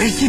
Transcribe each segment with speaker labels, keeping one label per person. Speaker 1: 哎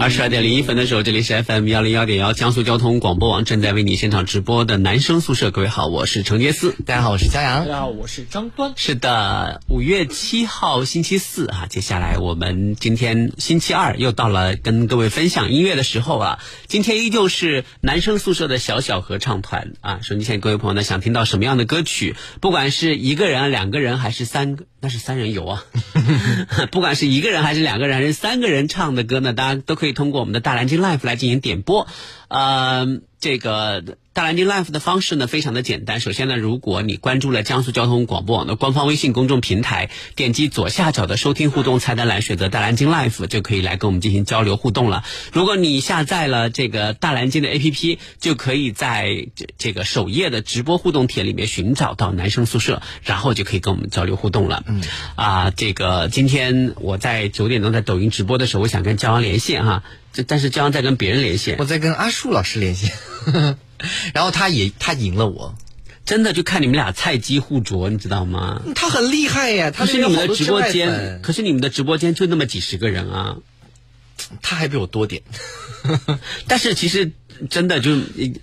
Speaker 2: 二十二点零一分的时候，这里是 FM 幺零幺点幺江苏交通广播网正在为你现场直播的男生宿舍。各位好，我是程杰斯，
Speaker 3: 大家好，我是骄阳，
Speaker 4: 大家好，我是张端。
Speaker 2: 是的，五月七号星期四啊，接下来我们今天星期二又到了跟各位分享音乐的时候啊。今天依旧是男生宿舍的小小合唱团啊。手机前各位朋友呢，想听到什么样的歌曲？不管是一个人、两个人还是三个，那是三人游 啊。不管是一个人还是两个人还是三个人唱的歌呢，大家都可以。通过我们的大蓝鲸 Life 来进行点播，呃，这个大蓝鲸 Life 的方式呢非常的简单。首先呢，如果你关注了江苏交通广播网的官方微信公众平台，点击左下角的收听互动菜单栏，选择大蓝鲸 Life 就可以来跟我们进行交流互动了。如果你下载了这个大蓝鲸的 APP，就可以在这这个首页的直播互动帖里面寻找到男生宿舍，然后就可以跟我们交流互动了。嗯，啊，这个今天我在九点钟在抖音直播的时候，我想跟骄阳连线哈。这但是这样在跟别人连线，
Speaker 3: 我在跟阿树老师连线， 然后他也他赢了我，
Speaker 2: 真的就看你们俩菜鸡互啄，你知道吗？
Speaker 3: 他很厉害呀，他
Speaker 2: 是你们的直播间，可是你们的直播间就那么几十个人啊，
Speaker 3: 他还比我多点，
Speaker 2: 但是其实真的就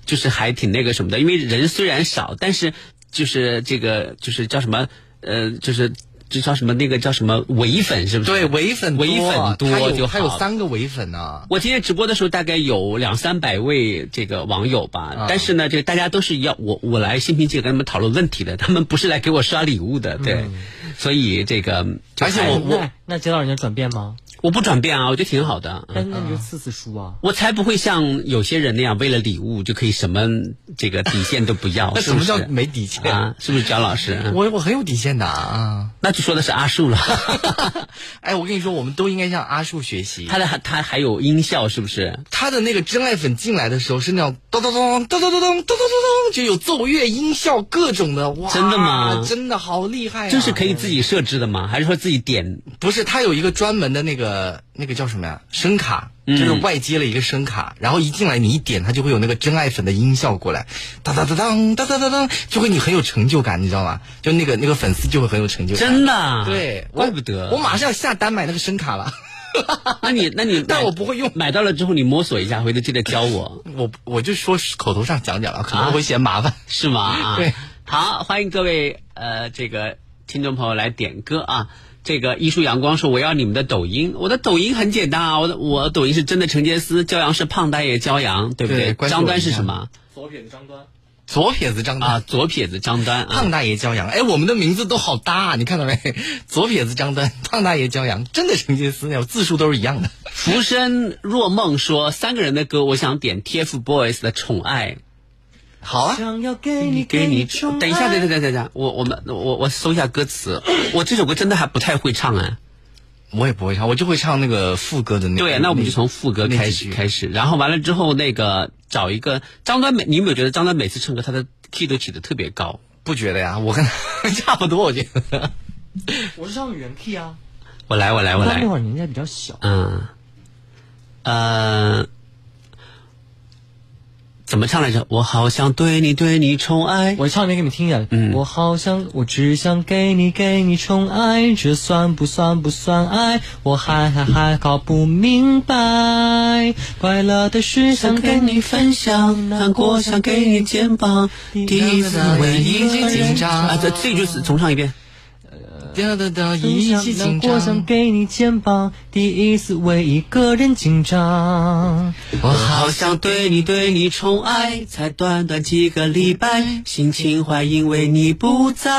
Speaker 2: 就是还挺那个什么的，因为人虽然少，但是就是这个就是叫什么呃就是。这叫什么？那个叫什么伪粉是不是？
Speaker 3: 对，伪粉
Speaker 2: 伪粉多就
Speaker 3: 还有三个伪粉呢、啊。
Speaker 2: 我今天直播的时候大概有两三百位这个网友吧，
Speaker 3: 啊
Speaker 2: 嗯、但是呢，这大家都是要我我来心平气和跟他们讨论问题的， 他们不是来给我刷礼物的，对。嗯、所以这个，
Speaker 3: 而且我我
Speaker 4: 那接到人家转变吗？哎
Speaker 2: 我不转变啊，我觉得挺好的。
Speaker 4: 那那你就次次输啊！
Speaker 2: 我才不会像有些人那样，为了礼物就可以什么这个底线都不要。
Speaker 3: 那
Speaker 2: 什么
Speaker 3: 叫没底线
Speaker 2: 啊？是不是焦老师？
Speaker 3: 我我很有底线的啊！
Speaker 2: 那就说的是阿树了。
Speaker 3: 哎，我跟你说，我们都应该向阿树学习。
Speaker 2: 他的他还有音效是不是？
Speaker 3: 他的那个真爱粉进来的时候是那种咚咚咚咚咚咚咚咚咚咚，就有奏乐音效各种的哇！
Speaker 2: 真的吗？
Speaker 3: 真的好厉害啊！
Speaker 2: 这是可以自己设置的吗？还是说自己点？
Speaker 3: 不是，他有一个专门的那个。呃，那个叫什么呀？声卡，
Speaker 2: 嗯
Speaker 3: 就是外接了一个声卡，然后一进来你一点，它就会有那个真爱粉的音效过来，哒哒哒当，哒哒哒当，就会你很有成就感，你知道吗？就那个那个粉丝就会很有成就感。
Speaker 2: 真的？啊
Speaker 3: 对，
Speaker 2: 怪不得
Speaker 3: 我马上要下单买那个声卡了。
Speaker 2: 那你那你，
Speaker 3: 但我不会用。
Speaker 2: 买到了之后你摸索一下，回头记得教 我。
Speaker 3: 我我就说口头上讲讲了，可能会嫌麻烦，啊、
Speaker 2: 是吗？啊，
Speaker 3: 对。
Speaker 2: 好，欢迎各位呃这个听众朋友来点歌啊。这个一束阳光说：“我要你们的抖音，我的抖音很简单啊，我的我抖音是真的陈杰斯，骄阳是胖大爷骄阳，对不对？
Speaker 3: 对
Speaker 2: 张端是什么？
Speaker 4: 左撇子张端，
Speaker 3: 左撇子张端
Speaker 2: 啊，左撇子张端，
Speaker 3: 胖大爷骄阳。哎，我们的名字都好搭，啊，你看到没？ 左撇子张端，胖大爷骄阳，真的陈杰斯，字数都是一样的。
Speaker 2: 浮生若梦说三个人的歌，我想点 TFBOYS 的《宠爱》。”
Speaker 3: 好啊！
Speaker 2: 想要给你给你等一下，等等等等等，我我们我我搜一下歌词。我这首歌真的还不太会唱哎，
Speaker 3: 我也不会唱，我就会唱那个副歌的那。
Speaker 2: 对，那我们就从副歌开始开始，然后完了之后，那个找一个张端每，你有没有觉得张端每次唱歌他的 key 都起的特别高？
Speaker 3: 不觉得呀，我跟他差不多，我觉得。
Speaker 4: 我是唱原 key 啊。
Speaker 2: 我来，我来，我来。
Speaker 4: 那会儿年纪比较小。
Speaker 2: 嗯，呃。怎么唱来着？我好想对你，对你宠爱。
Speaker 4: 我唱一遍给你们听一下。嗯，我好想，我只想给你，给你宠爱，这算不算不算爱？我还还还搞不明白。快乐的事想跟你分享，难过想给你肩膀。第一次为
Speaker 3: 已经紧张
Speaker 2: 啊！这这句是重唱一遍。呃
Speaker 3: 哒哒哒，一起紧张。
Speaker 4: 我想给你肩膀，第一次为一个人紧张。
Speaker 2: 我好想对你对你宠爱，才短短几个礼拜，心情坏因为你不在。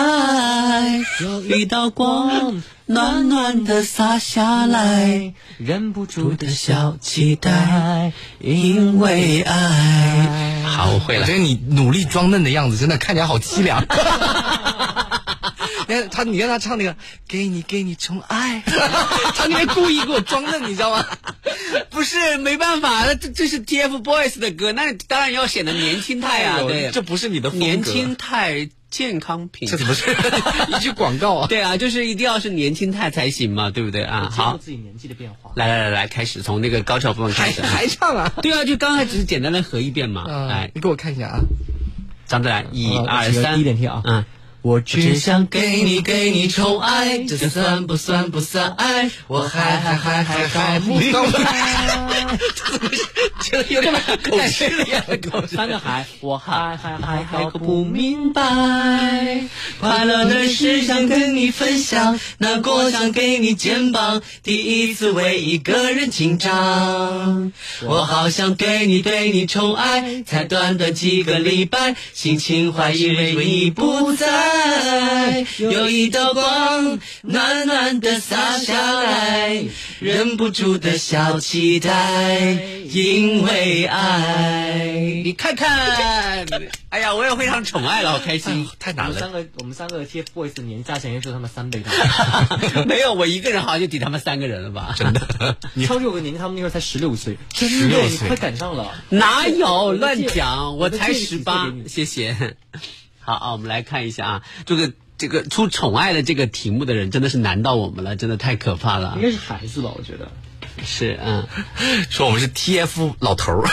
Speaker 2: 一道光暖暖的洒下来，
Speaker 4: 忍不住的小期待，
Speaker 2: 因为爱。好，我会了。
Speaker 3: 我觉得你努力装嫩的样子，真的看起来好凄凉。让他你让他唱那个给你给你宠爱， 他那边故意给我装嫩，你知道吗？
Speaker 2: 不是没办法，这这是 TFBOYS 的歌，那当然要显得年轻态啊，
Speaker 3: 哎呦
Speaker 2: 对，
Speaker 3: 这不是你的风格
Speaker 2: 年轻态健康品，
Speaker 3: 这怎么是 一句广告 啊？
Speaker 2: 对啊，就是一定要是年轻态才行嘛，对不对啊？
Speaker 4: 接受
Speaker 2: 好，
Speaker 4: 自己年纪的变化。
Speaker 2: 来来来来，开始从那个高潮部分开
Speaker 3: 还
Speaker 2: 始啊。
Speaker 3: 还唱啊？
Speaker 2: 对啊，就刚才只是简单的合一遍嘛，
Speaker 3: 嗯
Speaker 2: 来，
Speaker 3: 你给我看一下啊。
Speaker 2: 咱们来一
Speaker 4: 呃
Speaker 2: 二
Speaker 4: 只有
Speaker 2: 三，
Speaker 4: 低一点听啊
Speaker 2: 嗯。
Speaker 4: 我只想
Speaker 3: 给
Speaker 4: 给
Speaker 3: 你
Speaker 4: 你
Speaker 3: 给
Speaker 4: 给
Speaker 3: 你
Speaker 4: 你
Speaker 3: 宠
Speaker 4: 宠
Speaker 3: 爱
Speaker 4: 爱，
Speaker 3: 这
Speaker 4: 这
Speaker 3: 算
Speaker 4: 算
Speaker 3: 不
Speaker 4: 不
Speaker 3: 算
Speaker 4: 算
Speaker 3: 不
Speaker 4: 不
Speaker 3: 算
Speaker 4: 算爱？我还还还还还不
Speaker 3: 这有点口吃了， 口吃。
Speaker 4: 三个还，我还哎还还还搞不明白。快乐的事想跟你分享，难过想给你肩膀。第一次为一个人紧张，我好想给你对你宠爱，才短短几个礼拜，心情坏因为你不在。有一道光暖暖的洒下来，忍不住的小期待，因为爱。
Speaker 2: 你看看， 哎呀，我也会唱《宠爱》了，好开心，
Speaker 3: 太
Speaker 4: 我
Speaker 3: 难
Speaker 4: 们
Speaker 3: 了
Speaker 4: 三，个，我们三个 TFBOYS 的年假显然是他们三倍大，
Speaker 2: 没有，我一个人好像就抵他们三个人了吧？真的？
Speaker 4: 超越我跟宁他们那时候才十六岁，
Speaker 3: 16
Speaker 4: 真的，你
Speaker 3: 岁
Speaker 4: 快赶上了。
Speaker 2: 哪有
Speaker 4: 我的
Speaker 2: 乱
Speaker 4: 建议
Speaker 2: 讲？
Speaker 4: 我
Speaker 2: 我
Speaker 4: 的
Speaker 2: 才
Speaker 4: 建议
Speaker 2: 十
Speaker 4: 是
Speaker 2: 八
Speaker 4: 借给，你
Speaker 2: 谢谢。好啊，我们来看一下啊，这个这个出《宠爱》的这个题目的人真的是难到我们了，真的太可怕了啊
Speaker 4: 应。该是孩子吧，我觉得。
Speaker 2: 是嗯，
Speaker 3: 说我们是 TF 老头儿。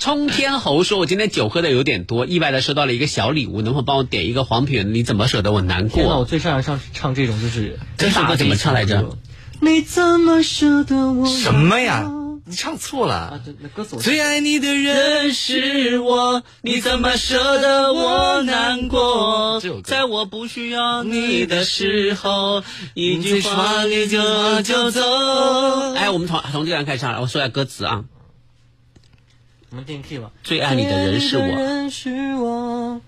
Speaker 2: 冲天猴说：“我今天酒喝的有点多，意外的收到了一个小礼物，能否帮我点一个黄品源的你怎么舍得我难
Speaker 4: 天哪，我
Speaker 2: 过
Speaker 4: 最擅长唱唱这种就是
Speaker 2: 这首歌怎么唱来着？
Speaker 4: 你怎么舍得我？
Speaker 3: 什么呀？你唱错
Speaker 4: 啊
Speaker 3: 了。，
Speaker 4: 这那歌词我
Speaker 3: 最爱你的人是我，你怎么舍得我难过？这首歌在
Speaker 2: 我不需要
Speaker 3: 你的时
Speaker 2: 候，
Speaker 3: 一句话你就就走
Speaker 2: 哎，我们从从这段开始唱，我说一下歌词啊。
Speaker 4: 我们定 key 吧。
Speaker 2: 最爱你的人是
Speaker 4: 最爱你的
Speaker 2: 我，
Speaker 4: 人是我，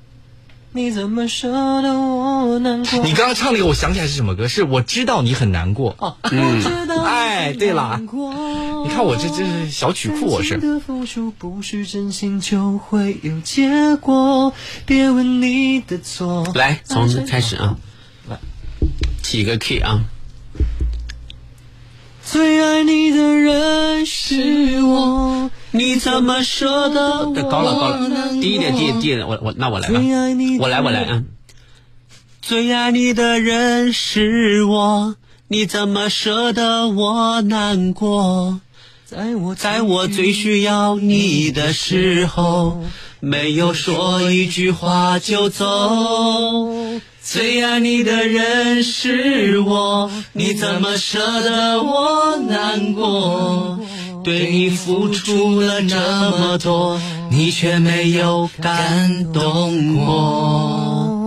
Speaker 4: 你怎么舍得我难 过？
Speaker 3: 你刚刚唱那个，我想起来是什么歌？是我知道你很难过。
Speaker 4: 哦，我知道
Speaker 3: 哎对了
Speaker 4: 你
Speaker 3: 你看我这这是小曲库， 我
Speaker 4: 感
Speaker 3: 是
Speaker 4: 情的付出不是真心就会有结果，别问你的错。
Speaker 2: 来从这开始啊，
Speaker 4: 来，
Speaker 2: 起一个 key 啊。
Speaker 4: 最爱你的人是我，
Speaker 2: 你怎么舍得？
Speaker 4: 我
Speaker 2: 哦高了高了，
Speaker 4: 难
Speaker 2: 低一点低一点
Speaker 4: 过
Speaker 2: 低一点，我我那我来吧
Speaker 4: 最爱你，的
Speaker 2: 我来我来啊。最爱你的人是我，你怎么舍得我难过？
Speaker 4: 在我
Speaker 2: 在我最需要你的时候，没有说一句话就走。最爱你的人是我，你怎么舍得我难过？对你付出了这么多，你却没有感动我。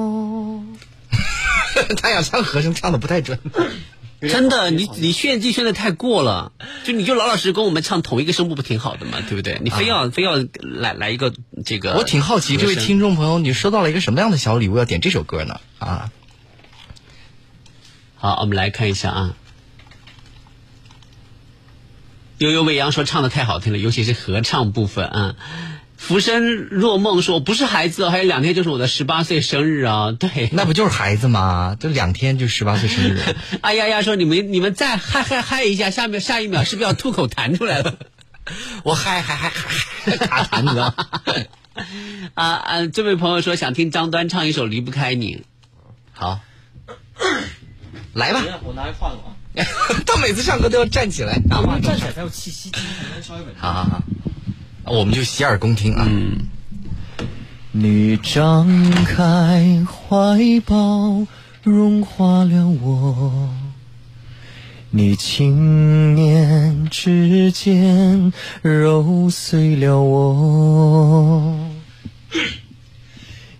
Speaker 3: 他想唱和声，唱的不太准。
Speaker 2: 真的，你你炫技炫的太过了，就你就老老实实跟我们唱同一个声部不挺好的嘛，对不对？你非要、非要来来一个这个，
Speaker 3: 啊我挺好奇，这位听众朋友，你收到了一个什么样的小礼物，要点这首歌呢？啊，
Speaker 2: 好，我们来看一下啊。悠悠未央说唱的太好听了，尤其是合唱部分啊。浮生若梦说不是孩子哦，还有两天就是我的十八岁生日啊、对，
Speaker 3: 那不就是孩子吗？这两天就十八岁生日了。
Speaker 2: 哎呀呀说你们你们再嗨嗨嗨一下，下面下一秒是不是要吐口痰出来了？
Speaker 3: 我嗨嗨嗨嗨， 卡痰，你知道吗？
Speaker 2: 啊啊！这位朋友说想听张端唱一首《离不开你》。
Speaker 3: 好，来吧。
Speaker 4: 我拿来换了啊，
Speaker 3: 他每次上课都要站起来，哪怕
Speaker 4: 站起来才有气息，才能稍微稳。
Speaker 3: 好好好，啊我们就洗耳恭听啊。
Speaker 4: 你张开怀抱，融化了我。你轻捻指尖，揉碎了我。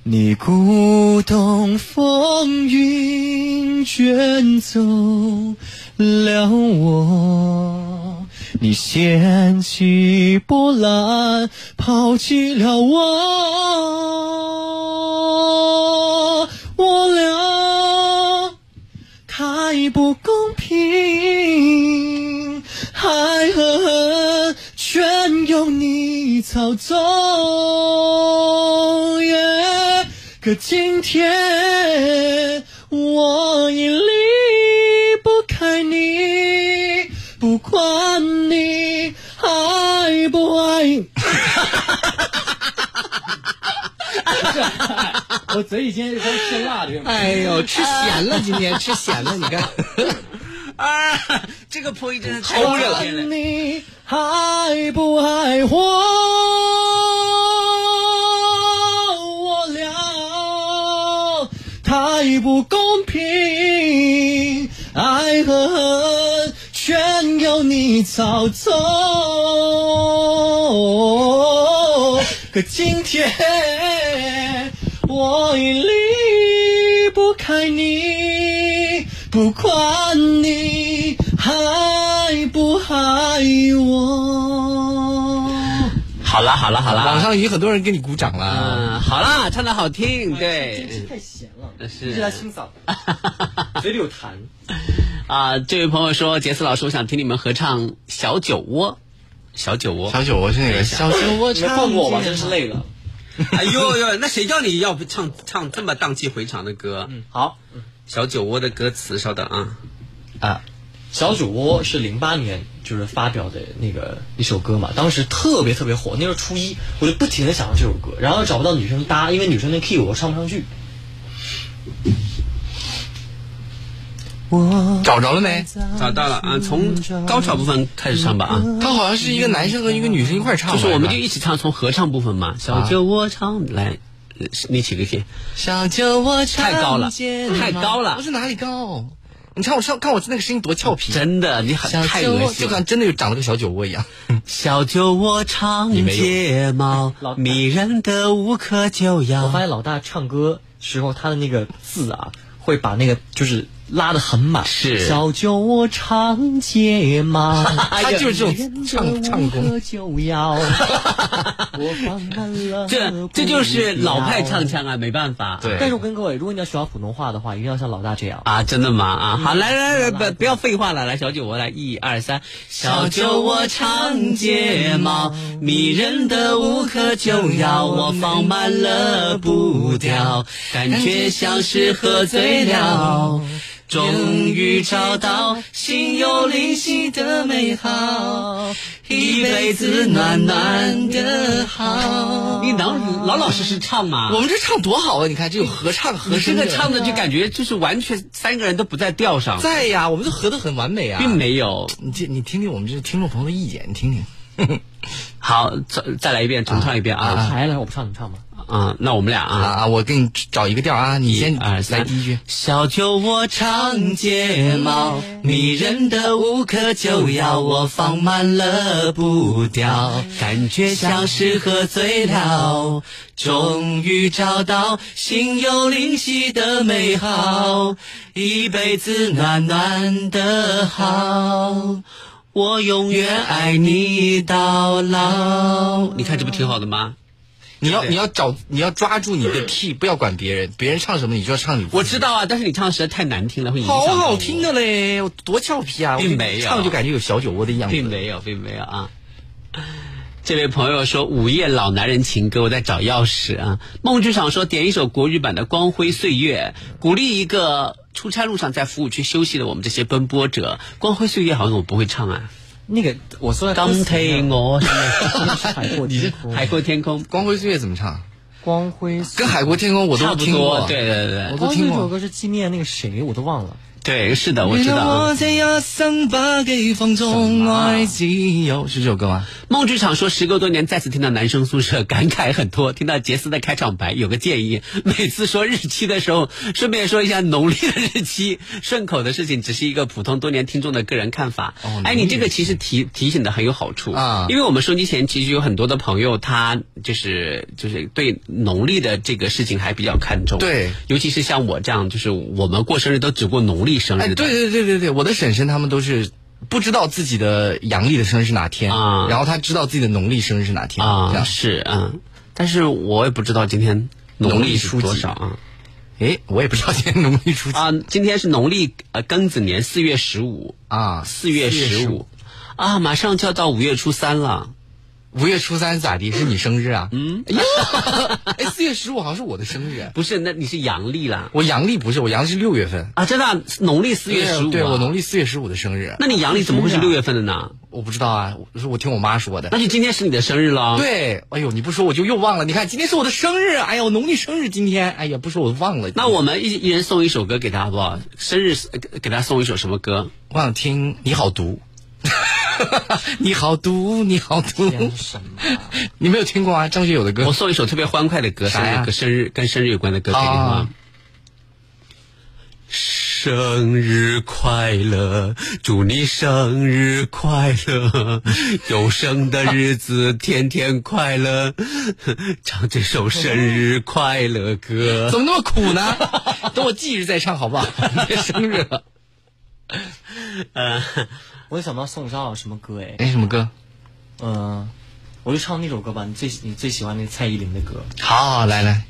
Speaker 4: 你鼓动风云，卷走了我；你掀起波澜，抛弃了我。我俩太不公平，爱和恨全由你操纵。耶可今天我已离不开你，不管你爱不爱。我嘴已经开始吃辣这个。
Speaker 3: 哎呦，吃咸了，今天吃咸了，你 看，
Speaker 2: 啊，这个破译真是太
Speaker 4: 不
Speaker 2: 不了天了。
Speaker 4: 管你爱不爱我，我俩太不公平，爱和恨全由你操纵。哦可今天我已离不开你，不管你爱不爱我。
Speaker 2: 好了好了好
Speaker 3: 网
Speaker 2: 了，
Speaker 3: 上已经很多人给你鼓掌
Speaker 2: 嗯，
Speaker 3: 了。
Speaker 2: 好了，唱的好听，
Speaker 4: 今天
Speaker 2: 对，
Speaker 4: 太咸了，
Speaker 2: 是
Speaker 4: 一直在清嗓， 嘴里有痰。
Speaker 2: 啊，这位朋友说，杰斯老师，我想听你们合唱《小酒窝》，小酒窝，
Speaker 3: 小九，我是哪个？小九，我
Speaker 4: 你们放过我吧，真是累了。
Speaker 2: 哎呦呦，那谁叫你要不唱唱这么荡气回肠的歌？好，小酒窝的歌词，稍等啊。
Speaker 3: 啊，
Speaker 4: 小酒窝是零八年就是发表的那个一首歌嘛，当时特别特别火，那时候初一，我就不停的想要这首歌，然后找不到女生搭，因为女生的 key 我唱不上去。我
Speaker 3: 找着了没？
Speaker 2: 找到了啊，从高潮部分开始唱吧啊，
Speaker 3: 他好像是一个男生和一个女生一块儿唱
Speaker 2: 就
Speaker 3: 的，
Speaker 2: 是我们就是
Speaker 3: 吧
Speaker 2: 一起唱，从合唱部分嘛。小酒窝唱来，呃你起个劲，
Speaker 3: 小九，我唱
Speaker 2: 太高了
Speaker 3: 见吗
Speaker 2: 太高了
Speaker 3: 不是哪里高？你看我唱，看我那个声音多俏皮。
Speaker 2: 真的你很
Speaker 3: 小
Speaker 2: 太
Speaker 3: 酒
Speaker 2: 恶
Speaker 3: 窝，
Speaker 2: 心
Speaker 3: 就
Speaker 2: 了
Speaker 3: 像。真的就长得跟小酒窝一样。
Speaker 2: 小酒窝长
Speaker 3: 没有
Speaker 2: 睫毛
Speaker 4: 老，
Speaker 2: 迷人的无可救
Speaker 4: 我发
Speaker 2: 药。
Speaker 4: 现老大唱歌时候，他的那个字啊，会把那个就是拉的很满。
Speaker 2: 是
Speaker 4: 小酒窝长睫毛，
Speaker 2: 哎
Speaker 3: 他就是这种唱唱功。
Speaker 4: 就要，我放慢了
Speaker 2: 这这就是老派唱。腔啊，没办法。
Speaker 3: 对
Speaker 4: 但是我跟各位，如果你要学好普通话的话，一定要像老大这样。
Speaker 2: 啊，真的吗？啊，好，来来来，不不要废话了，来，小酒窝来，一二三，小酒窝长睫毛，迷人的无可救药，我放慢了步调，感觉像是喝醉了，终于找到心有灵犀的美好，一辈子暖暖的好。你能老老实实唱吗
Speaker 3: 我们这唱多好啊！你看，这有合唱合
Speaker 2: 我这
Speaker 3: 声的，
Speaker 2: 个唱的就感觉就是完全三个人都不在调上，
Speaker 3: 在呀，我们都合得很完美啊。
Speaker 2: 并没有。
Speaker 3: 你这你听听我们这听众朋友的意见，你听听。
Speaker 2: 好，再再来一遍，重唱一遍啊
Speaker 4: 来来，我不唱，你唱吧。
Speaker 2: 啊那我们俩
Speaker 3: 啊
Speaker 2: 啊。
Speaker 3: 啊！我给你找一个调啊，你先
Speaker 2: 一二
Speaker 3: 来
Speaker 2: 三，
Speaker 3: 第一句。
Speaker 2: 小酒窝长睫毛，迷人的无可救药，我放慢了步调，感觉像是喝醉了，终于找到心有灵犀的美好，一辈子暖暖的好。我永远爱你到老。你看这不挺好的吗？
Speaker 3: 你要
Speaker 2: 对
Speaker 3: 你要找你要抓住你的 key，不要管别人，别人唱什么你就要唱你。
Speaker 2: 我知，道啊，但是你唱的实在太难听了，会啊影响
Speaker 3: 好
Speaker 2: 到
Speaker 3: 好
Speaker 2: 我
Speaker 3: 听的嘞，我多俏皮啊！我
Speaker 2: 并没有
Speaker 3: 唱就感觉有小酒窝的样子。
Speaker 2: 并没有，并没有啊。这位朋友说午夜老男人情歌，我在找钥匙啊。梦之场说点一首国语版的《光辉岁月》，鼓励一个出差路上在服务区休息的我们这些奔波者。《光辉岁月》好像我不会唱啊。
Speaker 4: 那个，我说的
Speaker 2: 钢铁我，
Speaker 4: 海 阔天空，
Speaker 2: 海阔天空，
Speaker 3: 光辉岁月怎么唱？
Speaker 4: 光辉岁月。
Speaker 3: 跟海阔天空我
Speaker 2: 差
Speaker 3: 都
Speaker 2: 不
Speaker 3: 听过
Speaker 2: 多。。对对对
Speaker 3: 我
Speaker 4: 光
Speaker 3: 都
Speaker 4: 辉这
Speaker 3: 听
Speaker 4: 首
Speaker 3: 过。
Speaker 4: 歌是纪念那个谁，我都忘了。
Speaker 2: 对，是的，我知道。啊
Speaker 3: 这一生把寄放纵爱自由，是这首歌吗？
Speaker 2: 梦之场说，时隔多年再次听到男生宿舍，感慨很多。听到杰斯的开场白，有个建议：每次说日期的时候，顺便说一下农历的日期。顺口的事情只是一个普通多年听众的个人看法。
Speaker 3: 哦
Speaker 2: 哎，
Speaker 3: 农历
Speaker 2: 你这个其实提提醒的很有好处
Speaker 3: 啊
Speaker 2: 因为我们收机前其实有很多的朋友，他就是就是对农历的这个事情还比较看重。
Speaker 3: 对，
Speaker 2: 尤其是像我这样，就是我们过生日都只过农历生日的。
Speaker 3: 哎，对对对对对，我的婶婶他们都是不知道自己的阳历的生日是哪天，
Speaker 2: 啊
Speaker 3: 然后她知道自己的农历生日是哪天，这
Speaker 2: 啊，
Speaker 3: 样。
Speaker 2: 是啊，嗯但是我也不知道今天农
Speaker 3: 农
Speaker 2: 历
Speaker 3: 历
Speaker 2: 是
Speaker 3: 初
Speaker 2: 多
Speaker 3: 几
Speaker 2: 少啊。
Speaker 3: 哎，我也不知道今天农历初几
Speaker 2: 啊，今天是农历呃庚子年四月十五，
Speaker 3: 啊，
Speaker 2: 四月十五，啊，马上就要到五月初三了。
Speaker 3: 五月初三咋地？是你生日啊？嗯，哎呀， 哎，四月十五好像是我的生日，哎
Speaker 2: 不是，那你是阳历啦
Speaker 3: 我阳历不是，我阳历是六月份，
Speaker 2: 啊？真的啊、农历四月十五、
Speaker 3: 对啊我农历啊四月十五的生日，
Speaker 2: 那你阳历怎么会是六月份的呢？
Speaker 3: 我不知道啊，我是我听我妈说的
Speaker 2: 那。就今天是你的生日了。，
Speaker 3: 对，哎呦，你不说我就又忘了。你看，今天是我的生日，哎呀，我农历生日今天，哎呀，不说我忘了。
Speaker 2: 那我们一一人送一首歌给他好不好？生日呃给给他送一首什么歌？
Speaker 3: 我想听《你好毒》， 你好毒，你好毒，
Speaker 4: 什么？
Speaker 3: 你没有听过啊？张学友的歌
Speaker 2: 我送一首特别欢快的歌，生
Speaker 3: 啥
Speaker 2: 日
Speaker 3: 呀
Speaker 2: 歌，生日跟生日有关的歌给你好吗
Speaker 3: 啊？
Speaker 2: 生日快乐，祝你生日快乐，有生的日子天天快乐， 唱这首生日快乐歌。
Speaker 3: 怎么那么苦呢？ 等我忌日再唱好 不好？别生日了。
Speaker 4: 我就想到宋少什么歌哎，
Speaker 3: 那什么歌？
Speaker 4: 嗯、我就唱那首歌吧，你最你最喜欢那蔡依林的歌。
Speaker 3: 好好来来，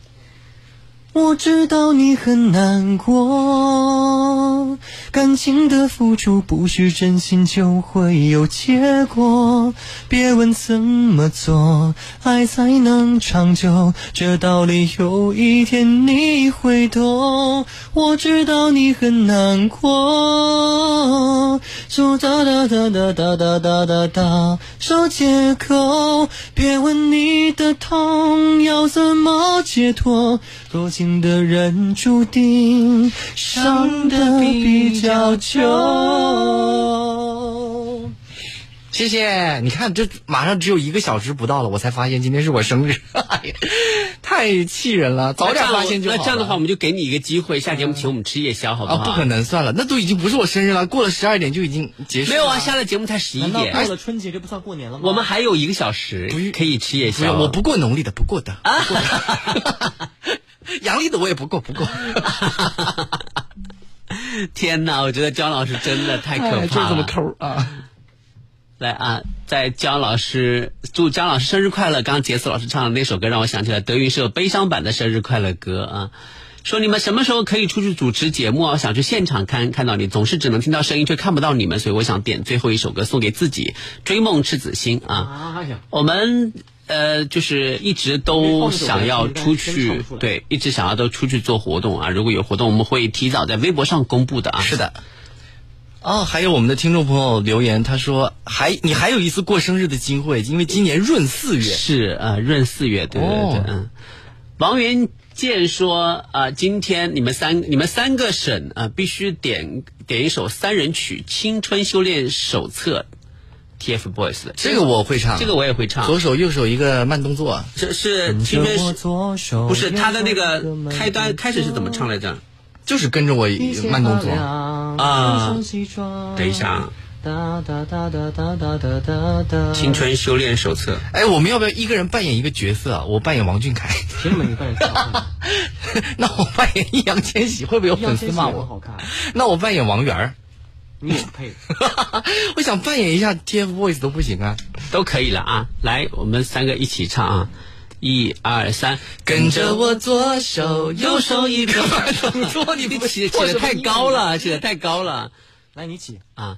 Speaker 4: 我知道你很难过，感情的付出不是真心就会有结果。别问怎么做，爱才能长久，这道理有一天你会懂。我知道你很难过，说哒哒哒哒哒哒哒哒哒，找借口。别问你的痛要怎么解脱，多情的人注定伤得比较久。
Speaker 3: 谢谢。你看，这马上只有一个小时不到了，我才发现今天是我生日，哎呀太气人了！早点发现就好
Speaker 2: 那
Speaker 3: 了。
Speaker 2: 这样的话，我们就给你一个机会，下节目请我们吃夜宵，好不
Speaker 3: 啊，
Speaker 2: 好？
Speaker 3: 不可能，算了，那都已经不是我生日了，过了十二点就已经结束
Speaker 2: 没
Speaker 3: 了。
Speaker 2: 有啊，下了节目才十一
Speaker 4: 难道
Speaker 2: 点哎
Speaker 4: 过，了春节就不算过年了吗？
Speaker 2: 我们还有一个小时可以吃夜
Speaker 3: 不用，
Speaker 2: 宵。
Speaker 3: 哎我不过农历的，不 过的，不过的 阳历的我也不过，不过。
Speaker 2: 天哪，我觉得姜老师真的太可怕了。
Speaker 3: 哎就是这么抠啊！
Speaker 2: 来啊，在姜老师祝姜老师生日快乐。刚刚杰斯老师唱的那首歌让我想起来德云社悲伤版的生日快乐歌啊。说你们什么时候可以出去主持节目啊？我想去现场看看到你，总是只能听到声音却看不到你们，所以我想点最后一首歌送给自己，《追梦赤子心》啊。
Speaker 4: 哎呀，
Speaker 2: 我们呃，就是一直都想要出去，对，一直想要都出去做活动啊。如果有活动，我们会提早在微博上公布的啊。
Speaker 3: 是的。哦，还有我们的听众朋友留言，他说还你还有一次过生日的机会，因为今年闰四月。
Speaker 2: 是呃，闰四月，对对对，
Speaker 3: 哦
Speaker 2: 嗯。王元健说啊、今天你们三你们三个省啊、必须点点一首三人曲《青春修炼手册》，TFBOYS 的。
Speaker 3: 这个我会唱，
Speaker 2: 这个我也会唱，
Speaker 3: 左手右手一个慢动作，
Speaker 2: 是是青春
Speaker 4: 我左手
Speaker 2: 不是他的那
Speaker 4: 右手
Speaker 2: 个
Speaker 4: 慢
Speaker 2: 开端开始是怎么唱来着？
Speaker 3: 就是跟着我
Speaker 4: 一些
Speaker 3: 慢动作
Speaker 4: 发。亮
Speaker 2: 啊
Speaker 4: 一身西装
Speaker 2: 等一下啊
Speaker 4: 哒哒哒哒哒哒哒哒哒。
Speaker 2: 《青春修炼手册》。
Speaker 3: 哎，我们要不要一个人扮演一个角色啊？我扮演王俊凯，
Speaker 4: 凭什么你扮演小 丑？
Speaker 3: 那我扮演易烊千玺，会不会有粉丝骂
Speaker 4: 易烊千玺也不
Speaker 3: 我
Speaker 4: 好？ 看，
Speaker 3: 那我扮演王源儿，
Speaker 4: 你也配？
Speaker 3: 我想扮演一下 TFBOYS 都不行啊。
Speaker 2: 都可以了啊！来，我们三个一起唱啊！一二三，
Speaker 3: 跟着我左手右手一个慢动 作，
Speaker 2: 你
Speaker 3: 你不
Speaker 2: 起起的太高了，起的太高了
Speaker 4: 来，你 起。
Speaker 2: 啊！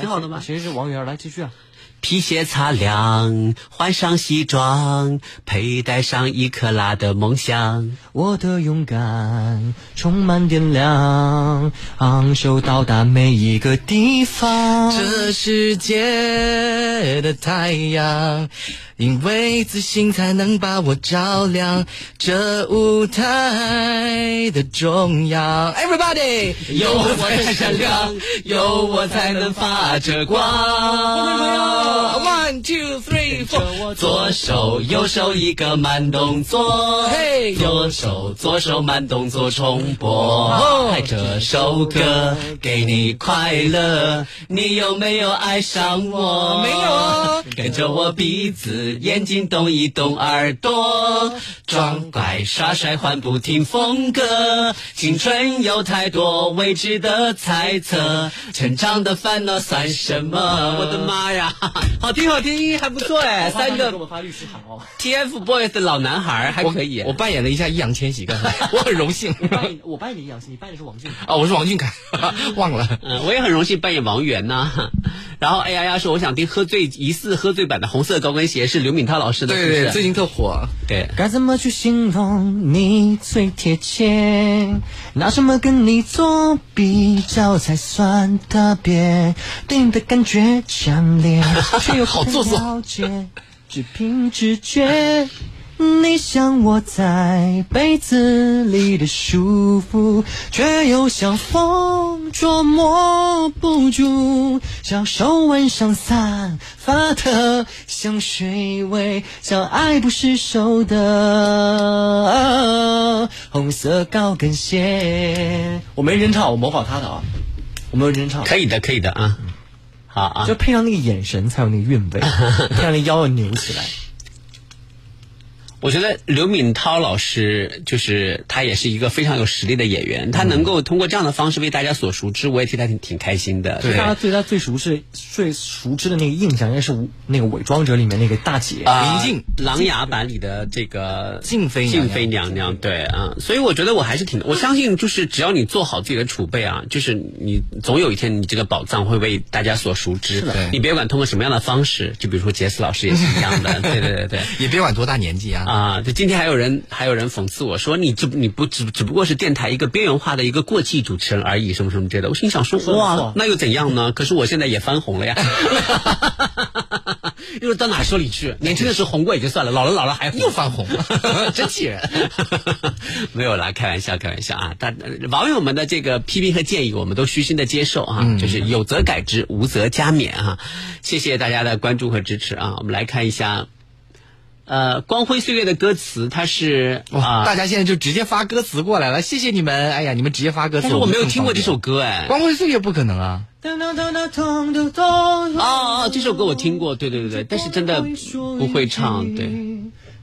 Speaker 2: 挺好的吗？
Speaker 4: 其实是王源，来继续啊。
Speaker 2: 皮鞋擦亮，换上西装，佩戴上一克拉的梦想。
Speaker 4: 我的勇敢充满电量，昂首到达每一个地方。
Speaker 3: 这世界的太阳，因为自信才能把我照亮。这舞台的中央，Everybody，啊
Speaker 2: 有我才闪亮，有我才能发着光。
Speaker 3: 啊 One two three four，
Speaker 2: 左手右手一个慢动作，
Speaker 3: 嘿
Speaker 2: 左手左手慢动作重播。嗨这首歌给你快乐，你有没有爱上我？啊
Speaker 3: 没有。
Speaker 2: 跟着我鼻子子，眼睛动一动，耳朵装乖耍帅换不停风格。青春有太多未知的猜测，成长的烦恼算什么？我的妈呀，好听好听，还不错哎，三
Speaker 4: 给
Speaker 2: 个
Speaker 4: 我发律师函哦。
Speaker 2: TFBOYS 的老男孩还
Speaker 3: 我
Speaker 2: 可以
Speaker 3: 我。扮演了一下易烊千玺，刚才我很荣幸。
Speaker 4: 我扮演我扮演的杨欣，你扮演的是王俊凯。
Speaker 3: 啊，我是王俊凯，忘了。
Speaker 2: 嗯，我也很荣幸扮演王源呐、 然后哎 A 丫丫说，我想听喝醉疑似喝醉版的红色高跟鞋是刘敏涛老师的，
Speaker 3: 对
Speaker 2: 是不
Speaker 3: 对
Speaker 2: 是
Speaker 3: 对，最近特火。
Speaker 2: 对。
Speaker 4: 该怎么去形容你最贴切？拿什么跟你做比较才算特别？对你的感觉强 烈，却又
Speaker 3: 好做作
Speaker 4: 不了解，只凭直觉。你像我在被子里的舒服，却又像风捉摸不住，像手腕上散发的香水味，像爱不释手的红色高跟鞋。我没人唱，我模仿他的啊，我没有人唱。
Speaker 2: 可以的，可以的啊。好啊
Speaker 4: 就，配上那个眼神才有那个韵味，配上那腰要扭起来。
Speaker 2: 我觉得刘敏涛老师就是他也是一个非常有实力的演员，他能够通过这样的方式为大家所熟知，我也替他挺挺开心的。
Speaker 4: 大家对他最熟知、最熟知的那个印象，应该是《那个伪装者》里面那个大姐。
Speaker 2: 啊，
Speaker 3: 林静
Speaker 2: 《琅琊榜》里的这个
Speaker 3: 静妃娘娘
Speaker 2: 静妃娘娘，对啊，所以我觉得我还是挺，我相信就是只要你做好自己的储备啊，就是你总有一天你这个宝藏会被大家所熟知。
Speaker 3: 的
Speaker 2: 你别管通过什么样的方式，就比如说杰斯老师也是一 样的，对对对对。
Speaker 3: 也别管多大年纪啊，
Speaker 2: 啊，就今天还有人还有人讽刺我说你这你不只只不过是电台一个边缘化的一个过气主持人而已，什么什么之类的。我心想说
Speaker 4: 说得不
Speaker 2: 哇
Speaker 4: 错，
Speaker 2: 那又怎样呢？可是我现在也翻红了呀。又说到哪说理去？年轻的时候红过也就算了，老了老了还红
Speaker 3: 又翻红 了，真气人。
Speaker 2: 没有啦，开玩笑，开玩笑啊！但呃网友们的这个批评和建议，我们都虚心的接受啊，
Speaker 3: 嗯
Speaker 2: 就是有则改之，无则加勉啊。谢谢大家的关注和支持啊！我们来看一下，呃，《光辉岁月》的歌词，它是啊
Speaker 3: 哇，，大家现在就直接发歌词过来了，谢谢你们。哎呀，你们直接发歌词，
Speaker 2: 但是我没有
Speaker 3: 们更
Speaker 2: 听过这
Speaker 3: 方便
Speaker 2: 首歌哎。
Speaker 3: 《光辉岁月》，不可能啊。
Speaker 4: 噔噔噔噔咚咚咚
Speaker 2: 哦哦，这首歌我听过，对对对对，但是真的不会唱。对，。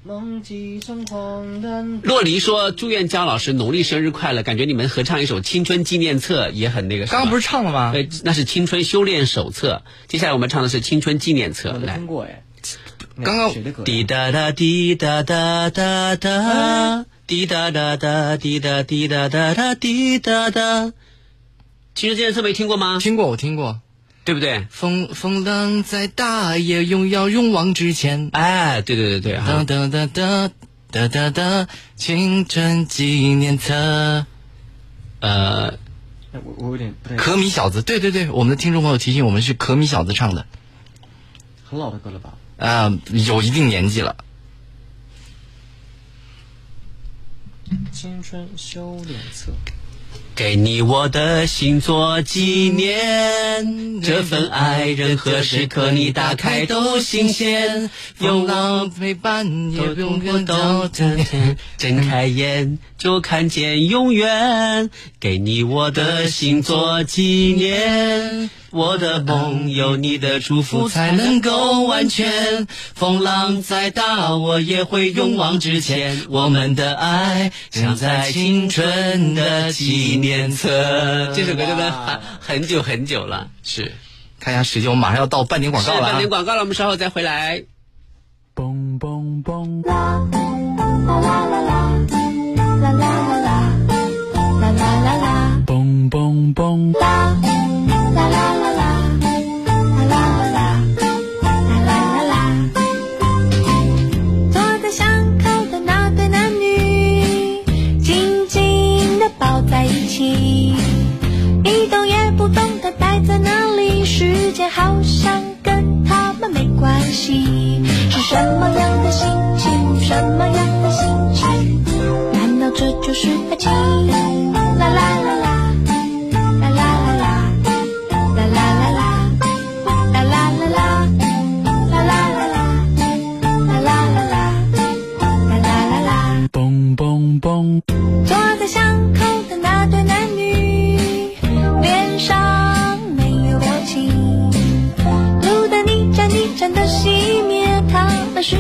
Speaker 4: 梦几声黄灯。
Speaker 2: 洛黎说祝愿姜老师农历生日快乐，感觉你们合唱一首《青春纪念册》也很那个什么。
Speaker 3: 刚刚不是唱了吗？
Speaker 2: 对，哎那是《青春修炼手册》。接下来我们唱的是《青春纪念册
Speaker 4: 我》。没
Speaker 2: 来
Speaker 4: 听，过哎，
Speaker 3: 刚刚
Speaker 4: 谁的歌呀？
Speaker 2: 滴答答，滴答答答答，滴答答答，滴答滴答答答，滴答答。《青春纪念册》没听过吗？
Speaker 3: 听过，我听过。
Speaker 2: 对不对？
Speaker 3: 风风浪在大野永要勇往直前。
Speaker 2: 哎，对对对对，
Speaker 3: 哒
Speaker 2: 啊，
Speaker 3: 哒哒哒哒哒哒，青春纪念册。
Speaker 2: 呃，
Speaker 4: 哎我我有点不太
Speaker 3: 可米小子，对对对，我们的听众朋友提醒我们是可米小子唱的，
Speaker 4: 很老的歌了吧？
Speaker 3: 啊、有一定年纪了。
Speaker 4: 青春修炼册。
Speaker 2: 给你我的心做纪念，这份爱任何时刻你打开都新鲜。有
Speaker 3: 风
Speaker 2: 我
Speaker 3: 浪陪伴，也
Speaker 2: 也
Speaker 3: 不
Speaker 2: 永
Speaker 3: 用
Speaker 2: 远都
Speaker 3: 感 到
Speaker 2: 真甜，睁开眼就看见永远，给你我的心做纪念。我的梦有你的祝福才能够完全，风浪再大我也会勇往直前。我们的爱镶在青春的纪念册。这首歌真的很很久很久了，是
Speaker 3: 看一下时间，我们马上要到半点广告了、啊。
Speaker 2: 广告了，我们稍后再回来。
Speaker 5: 蹦蹦蹦，
Speaker 1: 啦啦啦啦，啦啦啦啦，
Speaker 5: 蹦蹦蹦，
Speaker 1: 啦啦啦啦，啦啦啦啦，啦啦啦啦。坐在巷口的那对男女，紧紧地抱在一起，一动也不动地待在那里，世界好像跟他们没关系。是什么样的心情？什么样的心情？难道这就是爱情？啦啦啦啦，啦啦啦啦，啦啦啦啦，啦啦啦啦，啦啦啦啦，啦啦啦啦，啦啦啦啦。
Speaker 5: 蹦蹦蹦，
Speaker 1: 坐在巷口的那对男女，脸上没有表情。路灯一盏一盏的熄灭，他们寻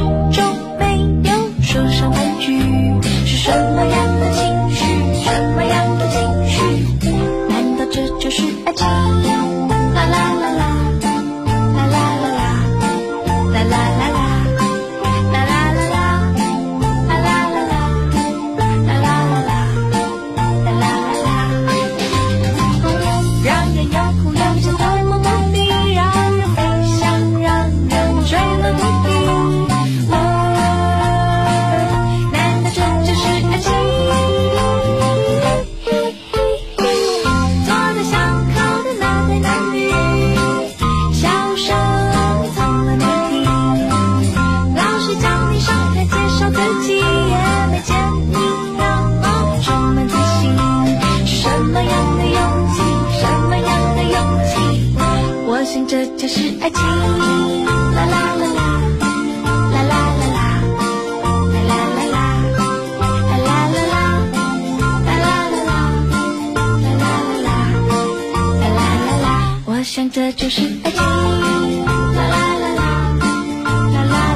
Speaker 1: 的就是爱情。啦啦啦啦，啦啦啦啦，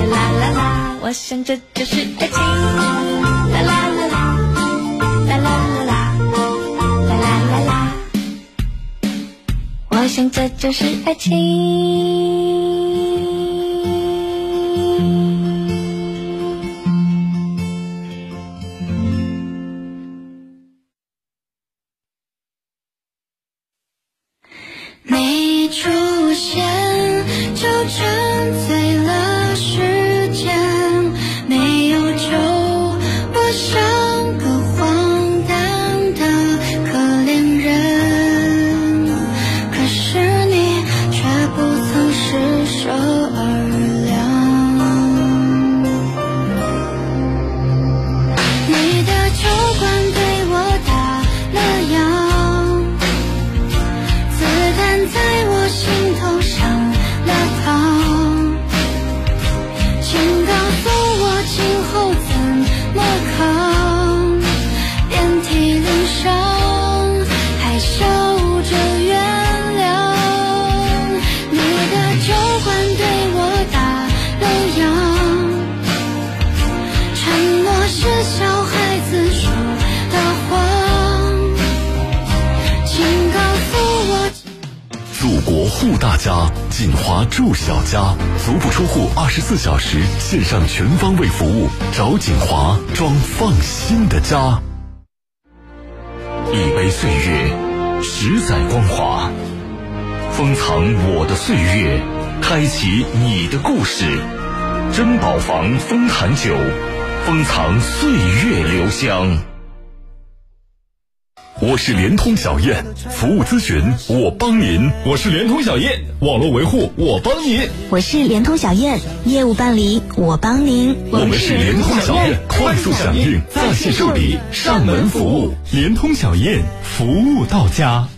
Speaker 1: 啦啦啦啦，我想这就是爱情。啦啦啦啦，啦啦啦啦，啦啦啦啦，我想这就是爱情。你出现就沉醉了时间，没有酒，我像个荒诞的可怜人。可是你却不曾施舍而凉。你的酒馆对我打了烊。子弹在我心头上了膛，请告诉我今后怎么扛，遍体鳞伤还笑着原谅。你的酒馆对我打了烊。承诺是小孩子说的谎，请告诉我。
Speaker 5: 祖国护大家，锦华住小家，足不出户，二十四小时线上全方位服务，找锦华装放心的家。一杯岁月，十载光华，封藏我的岁月，开启你的故事。珍宝坊丰坛酒，封藏岁月留香。我是联通小燕，服务咨询我帮您。我是联通小燕，网络维护我帮您。
Speaker 6: 我是联通小燕，业务办理我帮您。
Speaker 5: 我们是联通小燕，快速响应，在线受理，上门服务。联通小燕，服务到家。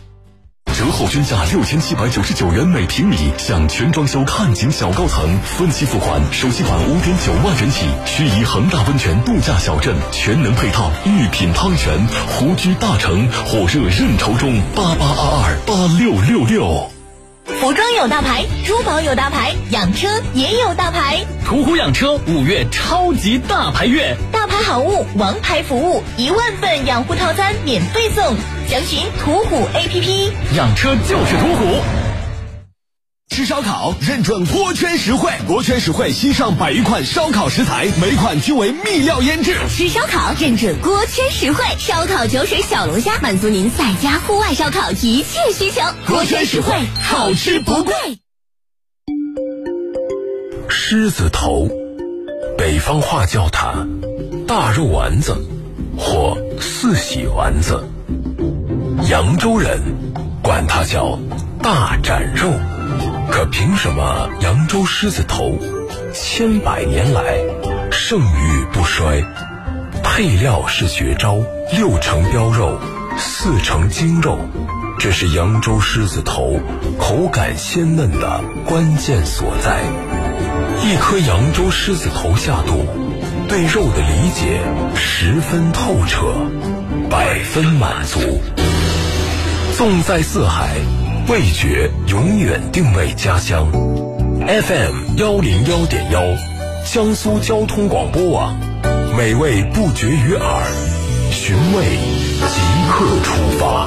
Speaker 5: 折后均价六千七百九十九元每平米，享全装修看景小高层，分期付款，首期款五点九万元起。盱眙恒大温泉度假小镇全能配套，御品汤泉，湖居大成，火热任酬中，八八二二八六六六。
Speaker 6: 服装有大牌，珠宝有大牌，养车也有大牌。
Speaker 5: 途虎养车五月超级大牌月，
Speaker 6: 大牌好物，王牌服务，一万份养护套餐免费送，详询途虎 APP。
Speaker 5: 养车就是途虎。吃烧烤认准锅圈实惠，锅圈实惠新上百余款烧烤食材，每款均为秘料腌制。
Speaker 6: 吃烧烤认准锅圈实惠，烧烤、酒水、小龙虾，满足您在家、户外烧烤一切需求。
Speaker 5: 锅圈实惠好吃不贵。狮子头，北方话叫它大肉丸子或四喜丸子，扬州人管它叫大斩肉。可凭什么扬州狮子头千百年来盛誉不衰？配料是绝招，六成膘肉，四成精肉，这是扬州狮子头口感鲜嫩的关键所在。一颗扬州狮子头下肚，对肉的理解十分透彻，百分满足。纵在四海，味觉永远定位家乡。FM 幺零幺点幺，江苏交通广播网，美味不绝于耳，寻味即刻出发。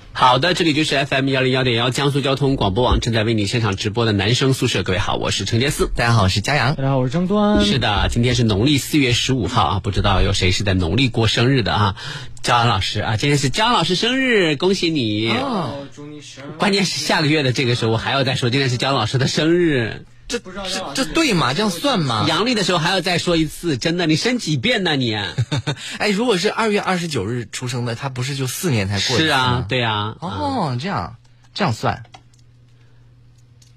Speaker 2: 好的，这里就是 FM 幺零幺点幺江苏交通广播网正在为你现场直播的男生宿舍。各位好，我是陈杰思。
Speaker 3: 大家好，我是佳阳。
Speaker 4: 大家好，我是张端。
Speaker 2: 是的，今天是农历四月十五号啊，不知道有谁是在农历过生日的啊？焦安老师啊，今天是焦安老师生日，恭喜你！
Speaker 4: 哦，祝你生日
Speaker 2: 关键是下个月的这个时候，我还要再说今天是焦安老师的生日，
Speaker 3: 这
Speaker 4: 不知道张老
Speaker 3: 这
Speaker 4: 师
Speaker 3: 这对吗？这样算吗？
Speaker 2: 阳历的时候还要再说一次，真的，你生几遍呢你？
Speaker 3: 哎，如果是二月二十九日出生的，他不是就四年才过一次
Speaker 2: 是啊
Speaker 3: 吗，。
Speaker 2: 对啊。啊，
Speaker 3: 哦，这样这样算，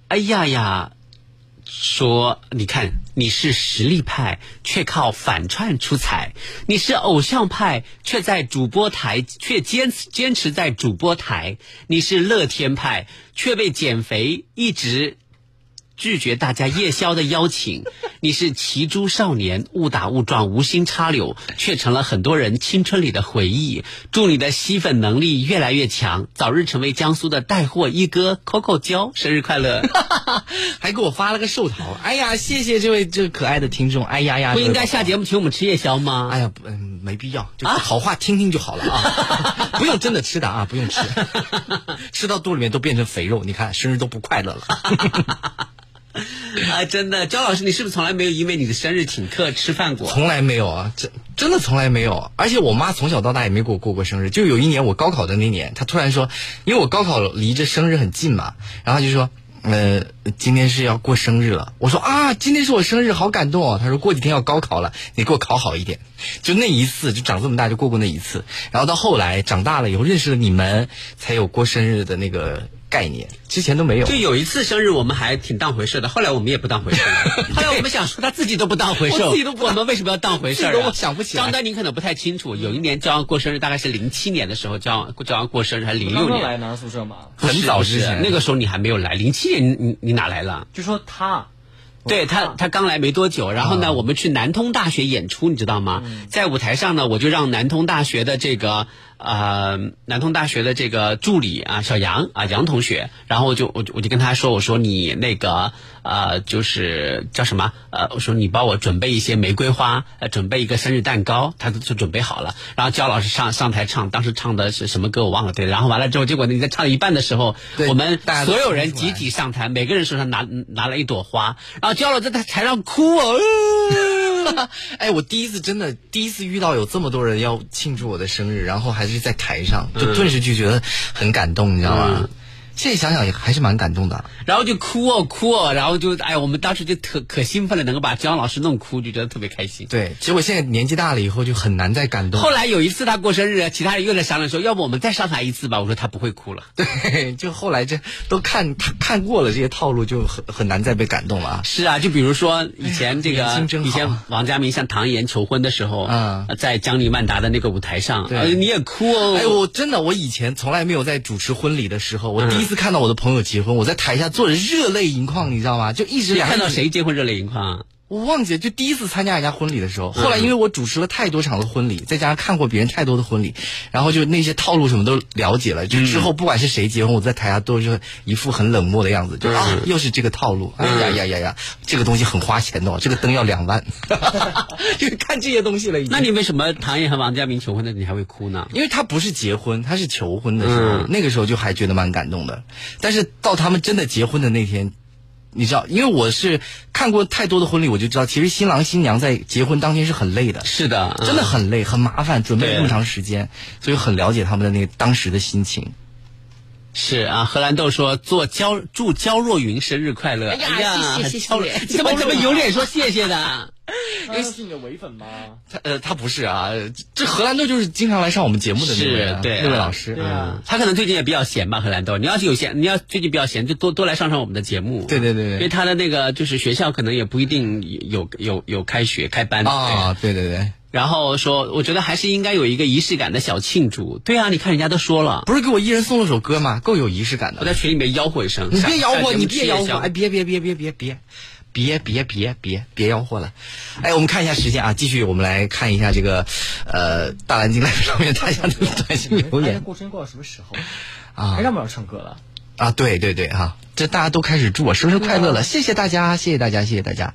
Speaker 2: 哎呀呀，说你看你是实力派，却靠反串出彩；你是偶像派，却在主播台却坚持坚持在主播台；你是乐天派，却被减肥一直拒绝大家夜宵的邀请。 你是骑猪少年，误打误撞，无心插柳，却成了很多人青春里的回忆。祝你的吸粉能力越来越强，早日成为江苏的带货一哥 Coco 娇，生日快乐！
Speaker 3: 还给我发了个寿桃。哎呀，谢谢这位这个可爱的听众。哎呀呀，
Speaker 2: 不应该
Speaker 3: 这位
Speaker 2: 下节目请我们吃夜宵吗？
Speaker 3: 哎呀，不嗯，没必要，就是好话听听就好了啊，不用真的吃的啊，不用吃， 吃到肚里面都变成肥肉，你看生日都不快乐了。
Speaker 2: 啊，真的，焦老师，你是不是从来没有因为你的生日请客吃饭过？
Speaker 3: 从来没有啊，真真的从来没有。啊而且我妈从小到大也没给我过过生日。就有一年我高考的那年，她突然说，因为我高考离这生日很近嘛，然后她就说，呃，今天是要过生日了。我说啊，今天是我生日，好感动哦。她说过几天要高考了，你给我考好一点。就那一次，就长这么大就过过那一次。然后到后来长大了以后，认识了你们，才有过生日的那个概念，之前都没有。
Speaker 2: 就有一次生日，我们还挺当回事的，后来我们也不当回事 了。后来我们想说他自己都不当回事，
Speaker 3: 我自己都不
Speaker 2: 我们为什么要当回事、啊？
Speaker 3: 这个我想不起来
Speaker 2: 张丹，您可能不太清楚，有一年焦阳过生日，大概是零七年的时候，焦阳焦阳过生日还是零
Speaker 4: 刚
Speaker 2: 六
Speaker 4: 刚
Speaker 2: 年？
Speaker 4: 来南宿舍嘛，
Speaker 2: 不是
Speaker 3: 很早
Speaker 2: 不是
Speaker 3: 之前
Speaker 2: 那个时候你还没有来，零七年你你你哪来了？
Speaker 4: 就说他，
Speaker 2: 对他，
Speaker 3: 嗯
Speaker 2: 他刚来没多久，然后呢，我们去南通大学演出，你知道吗？
Speaker 3: 嗯
Speaker 2: 在舞台上呢，我就让南通大学的这个呃，南通大学的这个助理啊，小杨啊，杨同学，然后我就我就我就跟他说，我说你那个呃，就是叫什么呃，我说你帮我准备一些玫瑰花，呃，准备一个生日蛋糕，他就准备好了。然后焦老师上上台唱，当时唱的是什么歌我忘了，对，然后完了之后，结果你在唱一半的时候，
Speaker 3: 对
Speaker 2: 我们
Speaker 3: 大家都
Speaker 2: 所有人
Speaker 3: 听出来
Speaker 2: 集体。上台，每个人手上拿拿了一朵花，然后焦老师在台上哭哦。呃
Speaker 3: 哎，我第一次真的第一次遇到有这么多人要庆祝我的生日，然后还是在台上，就顿时就觉得很感动，你知道吗？现在想想也还是蛮感动的。
Speaker 2: 然后就哭哦哭哦，然后就哎，我们当时就特可兴奋了，能够把姜老师弄哭，就觉得特别开心。
Speaker 3: 对，结果现在年纪大了以后就很难再感动
Speaker 2: 后，来有一次他过生日，其他人又来商量说，要不我们再上台一次吧？我说他不会哭了。
Speaker 3: 对，就后来这都看看过了这些套路，就很很难再被感动了啊。
Speaker 2: 是啊，就比如说以前这
Speaker 3: 哎呀
Speaker 2: 个
Speaker 3: 年轻真，好
Speaker 2: 以前王家明向唐嫣求婚的时候，
Speaker 3: 嗯
Speaker 2: 呃在江里曼达的那个舞台上，
Speaker 3: 对
Speaker 2: 呃你也哭哦。
Speaker 3: 哎，我真的，我以前从来没有在主持婚礼的时候，我第一次看到我的朋友结婚，我在台下坐着热泪盈眶，你知道吗？就一直
Speaker 2: 你
Speaker 3: 两个
Speaker 2: 看到
Speaker 3: 女
Speaker 2: 谁结婚热泪盈眶啊？
Speaker 3: 我忘记了，就第一次参加人家婚礼的时候，后来因为我主持了太多场的婚礼，再加上看过别人太多的婚礼，然后就那些套路什么都了解了。就之后不管是谁结婚，我在台下都是一副很冷漠的样子，就啊又是这个套路，哎呀呀呀呀，这个东西很花钱的、哦，这个灯要两万， 就看这些东西了已经。
Speaker 2: 那你为什么唐嫣和王家明求婚的你还会哭呢？
Speaker 3: 因为他不是结婚，他是求婚的时候，
Speaker 2: 嗯
Speaker 3: 那个时候就还觉得蛮感动的。但是到他们真的结婚的那天，你知道，因为我是看过太多的婚礼，我就知道，其实新郎新娘在结婚当天是很累的，
Speaker 2: 是的，
Speaker 3: 真的很累，很麻烦，准备
Speaker 2: 对
Speaker 3: 那么长时间，所以很了解他们的那个当时的心情。
Speaker 2: 是啊，荷兰豆说做焦祝焦若云生日快乐。哎
Speaker 6: 呀谢谢谢
Speaker 2: 焦
Speaker 6: 谢
Speaker 2: 怎么怎么有脸说谢谢 的？
Speaker 4: 那是你的唯粉吗？
Speaker 3: 他呃，他不是啊，这荷兰豆就是经常来上我们节目的那位啊、
Speaker 2: 是对啊
Speaker 3: 那位老师，
Speaker 4: 对啊
Speaker 2: 嗯，他可能最近也比较闲吧，荷兰豆。你要是有闲，你要最近比较闲，就多多来上上我们的节目。
Speaker 3: 对对对对
Speaker 2: 因为他的那个就是学校可能也不一定有有有开学开班
Speaker 3: 啊、对对对，
Speaker 2: 然后说，我觉得还是应该有一个仪式感的小庆祝。对啊，你看人家都说了，
Speaker 3: 不是给我一人送了首歌吗？够有仪式感
Speaker 2: 我
Speaker 3: 的。
Speaker 2: 在群里面吆喝一声，
Speaker 3: 你别
Speaker 2: 上
Speaker 3: 摇
Speaker 2: 上
Speaker 3: 我，
Speaker 2: 节目
Speaker 3: 你别
Speaker 2: 吃
Speaker 3: 摇
Speaker 2: 夜
Speaker 3: 我，
Speaker 2: 宵
Speaker 3: 哎，别别别别别别。别别别别别吆喝了！哎，我们看一下时间啊，继续我们来看一下这个，呃，大蓝鲸来上面大家的短信留
Speaker 4: 哎，
Speaker 3: 言
Speaker 4: 这过生日过到什么时候？
Speaker 3: 啊
Speaker 4: 还让不让唱歌了？
Speaker 3: 啊，对对对啊，这大家都开始祝我生日快乐了，谢谢大家，谢谢大家，谢谢大家。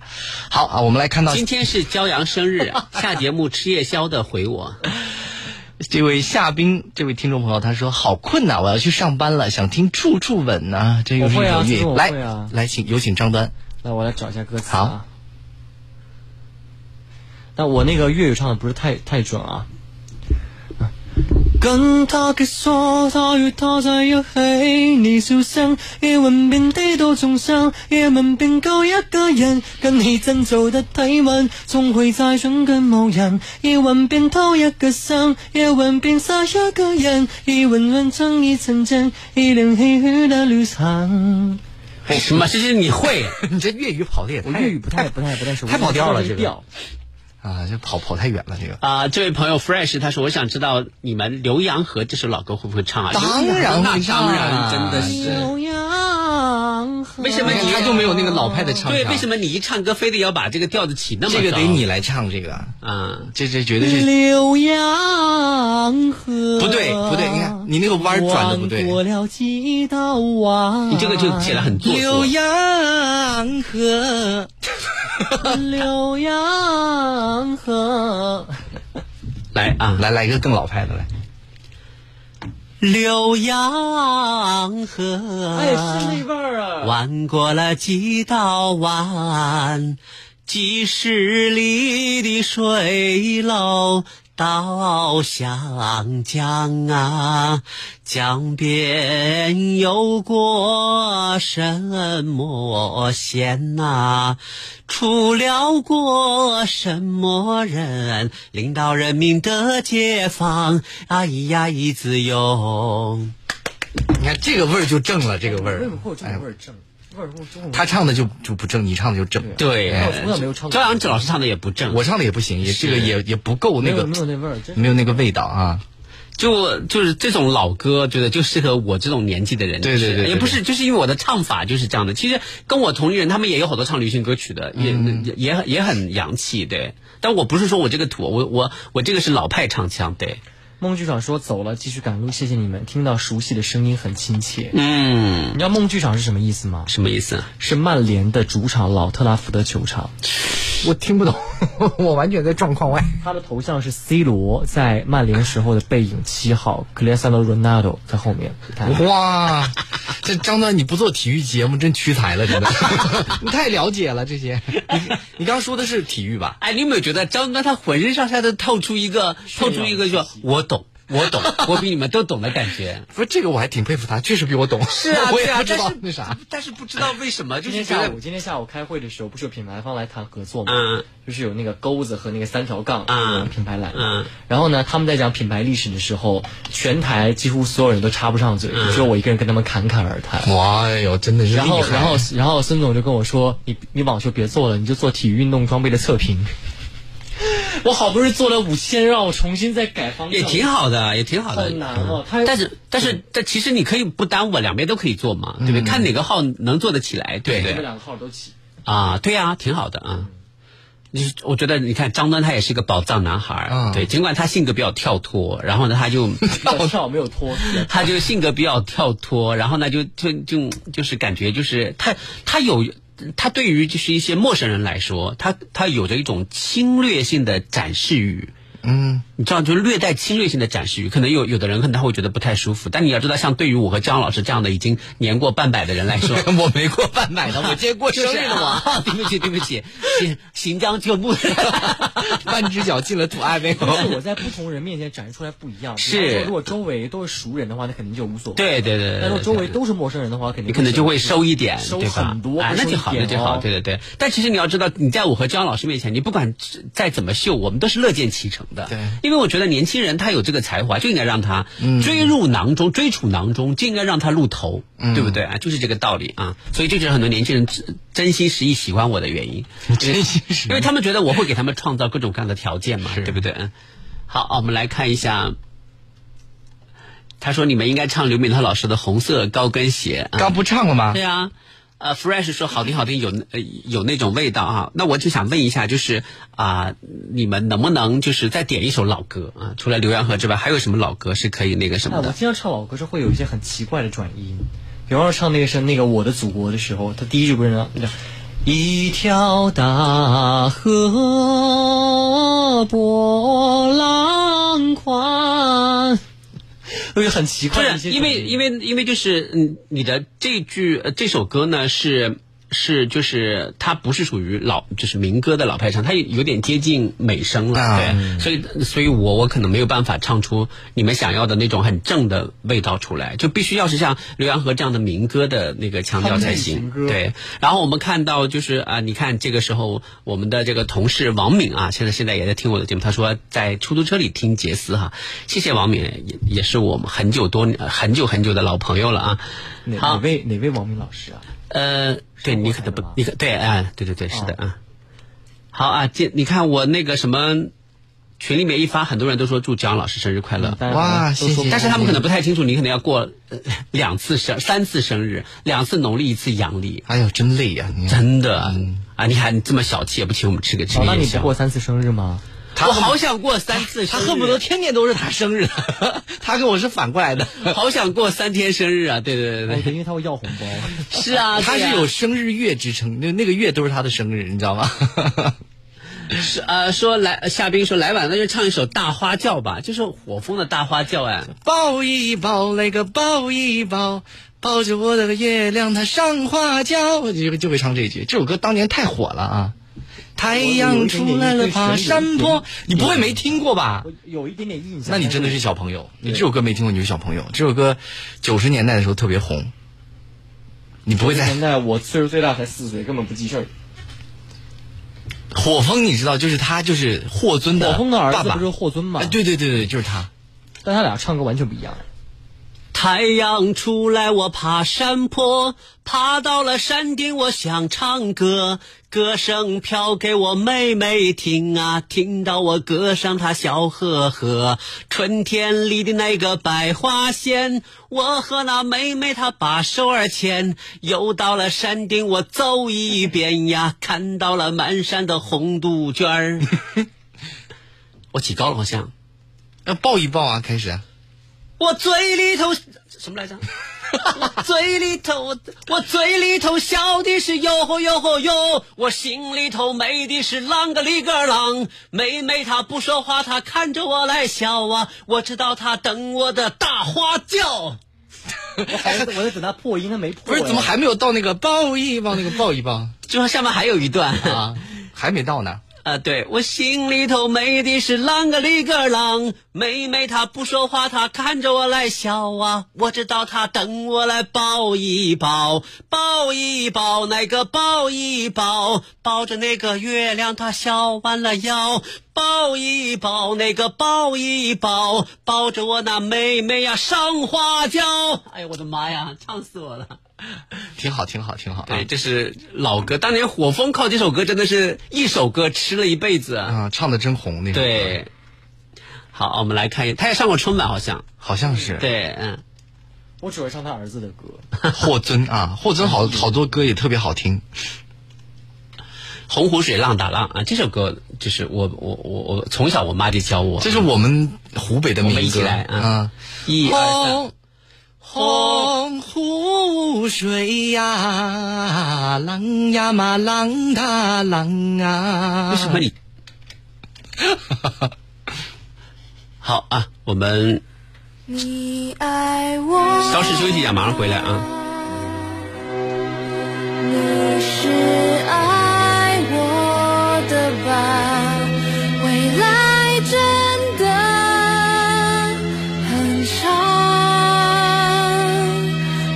Speaker 3: 好啊，我们来看到
Speaker 2: 今天是骄阳生 日，下节目吃夜宵的回我。
Speaker 3: 这位夏冰这位听众朋友，他说好困呐、我要去上班了，想听处处吻呐、这又是一
Speaker 4: 我会啊
Speaker 3: 首
Speaker 4: 这
Speaker 3: 粤语
Speaker 4: 个我
Speaker 3: 来
Speaker 4: 会啊
Speaker 3: 来，请有请张端。
Speaker 4: 那我来找一下歌词
Speaker 3: 好
Speaker 4: 啊。但我那个粤语唱的不是太太准啊。跟他嘅疏，他与他在一起，你笑声，一吻遍地都重伤，一吻便够一个人，跟你真做得体温，总会再准跟无人，一吻便偷一个心，一吻便杀一个人，一吻吻将你成真，一脸唏嘘的旅程。
Speaker 2: 什么？这是你会？
Speaker 3: 你这粤语跑的也
Speaker 4: 我
Speaker 3: 太
Speaker 4: 粤语不太不太不太熟，
Speaker 3: 太跑调了这个
Speaker 4: 调
Speaker 3: 啊，这跑跑太远了这个。
Speaker 2: 啊、这位朋友 Fresh 他说：“我想知道你们《浏阳河》这首老歌会不会唱啊？”
Speaker 3: 当然
Speaker 2: 那
Speaker 3: 会唱
Speaker 2: 当然，
Speaker 3: 啊
Speaker 2: 真的是。
Speaker 4: 牛羊河
Speaker 2: 为什么你
Speaker 3: 他就没有那个老派的唱法？
Speaker 2: 对？为什么你一唱歌非得要把这个调子起那么
Speaker 3: 这个
Speaker 2: 高
Speaker 3: 得你来唱这个？
Speaker 2: 啊？
Speaker 3: 这这绝对是
Speaker 4: 浏阳河，
Speaker 3: 不对不对，你看你那个弯儿转的不对
Speaker 4: 弯。过了几道弯，
Speaker 2: 你这个就写的很做作
Speaker 3: 浏。阳河，
Speaker 4: 浏阳河，
Speaker 2: 来啊，
Speaker 3: 来来一个更老派的来。
Speaker 2: 浏阳河，
Speaker 4: 哎，是那味儿 啊！
Speaker 2: 弯过了几道弯，几十里的水路到湘江啊，江边有过什么县呐、出了过什么人？领导人民的解放，啊咿呀咿自由。
Speaker 3: 你看这个味儿就正了，这个味儿。哎
Speaker 4: 味儿正，味儿正。
Speaker 3: 他唱的就就不正，你唱的就正。哎
Speaker 2: 对，
Speaker 4: 我从小没有唱过
Speaker 2: 朝阳老师唱的也不正，啊
Speaker 3: 我唱的也不行，也这个也也不够
Speaker 4: 没
Speaker 3: 那
Speaker 4: 有
Speaker 3: 个，
Speaker 4: 没有那味儿，真
Speaker 3: 没有那个味道啊。
Speaker 2: 就就是这种老歌，觉得就适合我这种年纪的人。
Speaker 3: 对对对对对
Speaker 2: 也不是，就是因为我的唱法就是这样的。其实跟我同龄人，他们也有好多唱流行歌曲的，也、也也也很洋气，对。但我不是说我这个土，我我我这个是老派唱腔，对。
Speaker 4: 孟剧场说走了，继续赶路，谢谢你们。听到熟悉的声音很亲切。
Speaker 2: 嗯，
Speaker 4: 你知道梦剧场是什么意思吗？
Speaker 2: 什么意思？
Speaker 4: 是曼联的主场老特拉福德球场，
Speaker 3: 我听不懂， 我完全在状况外。
Speaker 4: 他的头像是 C 罗在曼联时候的背影七号克里斯蒂亚诺·罗纳多在后面。看
Speaker 3: 哇， 这张端你不做体育节目真屈才了，真的， 你太了解了这些。你你刚说的是体育吧？？
Speaker 2: 哎，你有没有觉得张哥他浑身上下都透出一个透出一个说我懂，我 懂，我比你们都懂的感觉
Speaker 3: 不是这个，我还挺佩服他，确实比我懂。是 我也不知道那啥。，
Speaker 2: 啊但是不知道为什么，就
Speaker 4: 今
Speaker 2: 是
Speaker 4: 天
Speaker 2: 觉
Speaker 4: 下
Speaker 2: 得
Speaker 4: 午，今天下午开会的时候，不是有品牌方来谈合作吗？
Speaker 2: 嗯
Speaker 4: 就是有那个钩子和那个三条杠，
Speaker 2: 嗯
Speaker 4: 品牌来。
Speaker 2: 嗯
Speaker 4: 然后呢，他们在讲品牌历史的时候，全台几乎所有人都插不上嘴，
Speaker 2: 嗯
Speaker 4: 只有我一个人跟他们侃侃而谈。
Speaker 3: 哇哎呦，真的是厉
Speaker 4: 然后，
Speaker 3: 害。
Speaker 4: 然后，然后孙总就跟我说：“你你网球别做了，你就做体育运动装备的测评。”我好不容易做了五千，让我重新再改方向，
Speaker 2: 也挺好的，也挺好
Speaker 4: 好
Speaker 2: 的。嗯
Speaker 4: 难哦。他
Speaker 2: 但是但是但其实你可以不耽误，两边都可以做嘛，
Speaker 4: 嗯
Speaker 2: 对不对？看哪个号能做得起来，对
Speaker 4: 你
Speaker 2: 不
Speaker 4: 们
Speaker 2: 对？
Speaker 4: 两个号都起，
Speaker 2: 啊，对呀、挺好的啊。你我觉得你看张端他也是个宝藏男孩儿，
Speaker 4: 啊
Speaker 3: 嗯
Speaker 2: 对，尽管他性格比较跳脱，然后呢 他就
Speaker 4: 要跳没有 脱，
Speaker 2: 他就性格比较跳脱，然后呢就就就就是感觉就是他他有。他对于就是一些陌生人来说，他他有着一种侵略性的展示欲，
Speaker 3: 嗯，
Speaker 2: 你知道，就是略带侵略性的展示欲，可能有有的人可能他会觉得不太舒服，但你要知道，像对于我和张老师这样的已经年过半百的人来 说，
Speaker 3: 我没过半百的，我今天过生
Speaker 2: 就是
Speaker 3: 日了，
Speaker 2: 啊，对不起对不起，行行将就 木，
Speaker 3: 我半只脚进了土爱没有。
Speaker 4: 但是我在不同人面前展示出来不一样。比方
Speaker 2: 是
Speaker 4: 说如果周围都是熟人的话，那肯定就无所谓。
Speaker 2: 对对对对对
Speaker 4: 但如果周围都是陌生人的话，肯定
Speaker 2: 你可能就会收一点，
Speaker 4: 收
Speaker 2: 对吧
Speaker 4: 很？多，
Speaker 2: 啊，那
Speaker 4: 收一
Speaker 2: 就好，那
Speaker 4: 点
Speaker 2: 就好，
Speaker 4: 哦
Speaker 2: 对对对。但其实你要知道，你在我和张老师面前，你不管再怎么秀，我们都是乐见其成的。
Speaker 3: 对
Speaker 2: 因为我觉得年轻人他有这个才华，就应该让他
Speaker 4: 嗯
Speaker 2: 追入囊中，追处囊中，就应该让他露头，
Speaker 4: 嗯
Speaker 2: 对不对啊？就是这个道理啊。所以这就是很多年轻人真真心实意喜欢我的原 因，
Speaker 3: 真心实
Speaker 2: 因为他们觉得我会给他们创造各种各样的条件嘛，对不对？嗯好，啊我们来看一下。他说：“你们应该唱刘敏涛老师的《红色高跟鞋》啊。”
Speaker 3: 刚不唱 了吗
Speaker 2: 对？啊，呃，Fresh 说好听好听，有那呃有那种味道啊。那我就想问一下，就是啊、你们能不能就是再点一首老歌啊？除了《浏阳河》之外，还有什么老歌是可以那个什
Speaker 4: 哎，
Speaker 2: 么
Speaker 4: 我
Speaker 2: 的？
Speaker 4: 经常唱老歌是会有一些很奇怪的转音，比方说唱那个是那个《我的祖国》的时候，他第一句不是呢，那叫一条大河波浪宽， 会有很奇
Speaker 2: 不
Speaker 4: 怪的一
Speaker 2: 是，
Speaker 4: 些
Speaker 2: 因为因
Speaker 4: 为
Speaker 2: 为因为就是嗯，你的这句、呃、这首歌呢是是就是它不是属于老就是民歌的老派唱，它有有点接近美声了，
Speaker 3: 啊
Speaker 2: 对，所以所以我我可能没有办法唱出你们想要的那种很正的味道出来，就必须要是像浏阳河这样的民歌的那个腔调才行，对。然后我们看到就是啊，你看这个时候我们的这个同事王敏啊，现在现在也在听我的节目，他说在出租车里听杰斯哈，谢谢王敏，也也是我们很久多呃很久很久的老朋友了啊。
Speaker 4: 哪哪
Speaker 2: 好
Speaker 4: 位哪位王明老师啊？
Speaker 2: 呃，对
Speaker 4: 上
Speaker 2: 你
Speaker 4: 过
Speaker 2: 可
Speaker 4: 台
Speaker 2: 能
Speaker 4: 的
Speaker 2: 不
Speaker 4: 吗，
Speaker 2: 你可对，啊，对对对，是的，啊。好啊，这你看我那个什么群里面一发，很多人都说祝姜老师生日快乐。
Speaker 4: 大家
Speaker 3: 哇
Speaker 4: 都
Speaker 3: 谢谢
Speaker 4: 说过
Speaker 2: 但是他们可能不太清楚，你可能要过、呃两次生、三次生日，两次农历，一次阳历，
Speaker 3: 哎呦，真累呀、你
Speaker 2: 真的、啊！你看你这么小气，也不请我们吃个吃
Speaker 4: 老
Speaker 2: 个
Speaker 4: 大
Speaker 2: 夜
Speaker 4: 你不
Speaker 2: 宵。
Speaker 4: 过三次生日吗？
Speaker 2: 我好想过三次生
Speaker 3: 他
Speaker 2: 日，
Speaker 3: 恨不得天天都是他生日， 他跟我是反过来的。
Speaker 2: 好想过三天生日啊！对对对
Speaker 4: 哦
Speaker 2: 对，
Speaker 4: 对，因为他会要红包。
Speaker 2: 是啊，
Speaker 3: 他
Speaker 2: 对
Speaker 3: 是
Speaker 2: 啊
Speaker 3: 有生日月之称，那那个月都是他的生日，你知道吗？
Speaker 2: 是呃，说来夏冰说来晚了就唱一首《大花轿》吧，就是火风的《大花轿》哎。
Speaker 3: 抱一抱，那个抱一抱，抱着我的月亮，它上花轿，就就会唱这一句。这首歌当年太火了啊！太阳出来了，爬山坡，你不会没听过吧？
Speaker 4: 我有一点点印象。
Speaker 3: 那你真的是小朋友，你这首歌没听过，你是小朋友。这首歌九十年代的时候特别红，你不会再
Speaker 4: 现在我岁数最大才四岁，根本不记事儿。
Speaker 3: 火风，你知道，就是他，就是霍尊的
Speaker 4: 火风的儿
Speaker 3: 爸
Speaker 4: 子
Speaker 3: 爸
Speaker 4: 不是霍尊吗
Speaker 3: 哎？对对对对，就是他。
Speaker 4: 但他俩唱歌完全不一样。
Speaker 2: 太阳出来，我爬山坡，爬到了山顶，我想唱歌，歌声飘给我妹妹听啊，听到我歌声她笑呵呵。春天里的那个百花鲜，我和那妹妹她把手儿牵，又到了山顶，我走一遍呀，看到了满山的红杜鹃儿。我起高了，好像。
Speaker 3: 要抱一抱啊，开始啊。
Speaker 2: 我嘴里头什么来着？我嘴里头，我我嘴里头笑的是哟吼哟吼哟，我心里头美的是啷个里个啷。妹妹她不说话，她看着我来笑啊，我知道她等我的大花轿。
Speaker 4: 我还在我在等他破音，他没破。
Speaker 3: 不是，怎么？还没有到那个抱一抱那个抱一抱
Speaker 2: 就下面还有一段啊。
Speaker 3: 啊？还没到呢。
Speaker 2: 啊，对我心里头美的是啷个里个啷，妹妹她不说话，她看着我来笑啊，我知道她等我来抱一抱，抱一抱那个抱一抱，抱着那个月亮她笑弯了腰，抱一抱那个抱一抱，抱着我那妹妹呀上花轿，哎呀我的妈呀，唱死我了。
Speaker 3: 挺好，挺好，挺好啊
Speaker 2: 对，！这是老歌，当年火风靠这首歌真的是一首歌吃了一辈子啊。
Speaker 3: 啊，唱的真红那个，，
Speaker 2: 对，好，我们来看一，他也上过春晚，好像。
Speaker 3: 好像是
Speaker 2: 对，嗯，
Speaker 4: 我只会唱他儿子的歌。
Speaker 3: 霍尊啊，霍尊
Speaker 2: 嗯
Speaker 3: 好好多歌也特别好听。
Speaker 2: 洪湖水浪打浪啊，这首歌就是我我我我从小我妈就教我，
Speaker 3: 这是我们湖北的
Speaker 2: 我
Speaker 3: 民歌
Speaker 2: 们一起来啊
Speaker 3: 啊，，
Speaker 2: 一二三。
Speaker 3: 红红湖水呀，浪呀嘛浪它浪啊。
Speaker 2: 为什 么你？好啊，我们
Speaker 1: 你爱我，
Speaker 2: 稍事休息一下，马上回来啊。
Speaker 1: 你是爱我的吧？未来真的很长，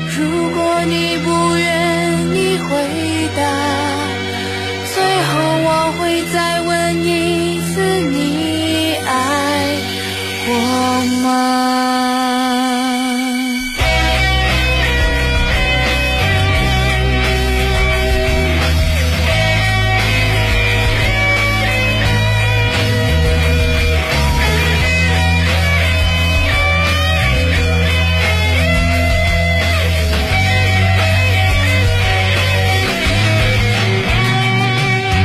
Speaker 1: 如果你不愿意回答，最后我会再问一次，你爱我吗？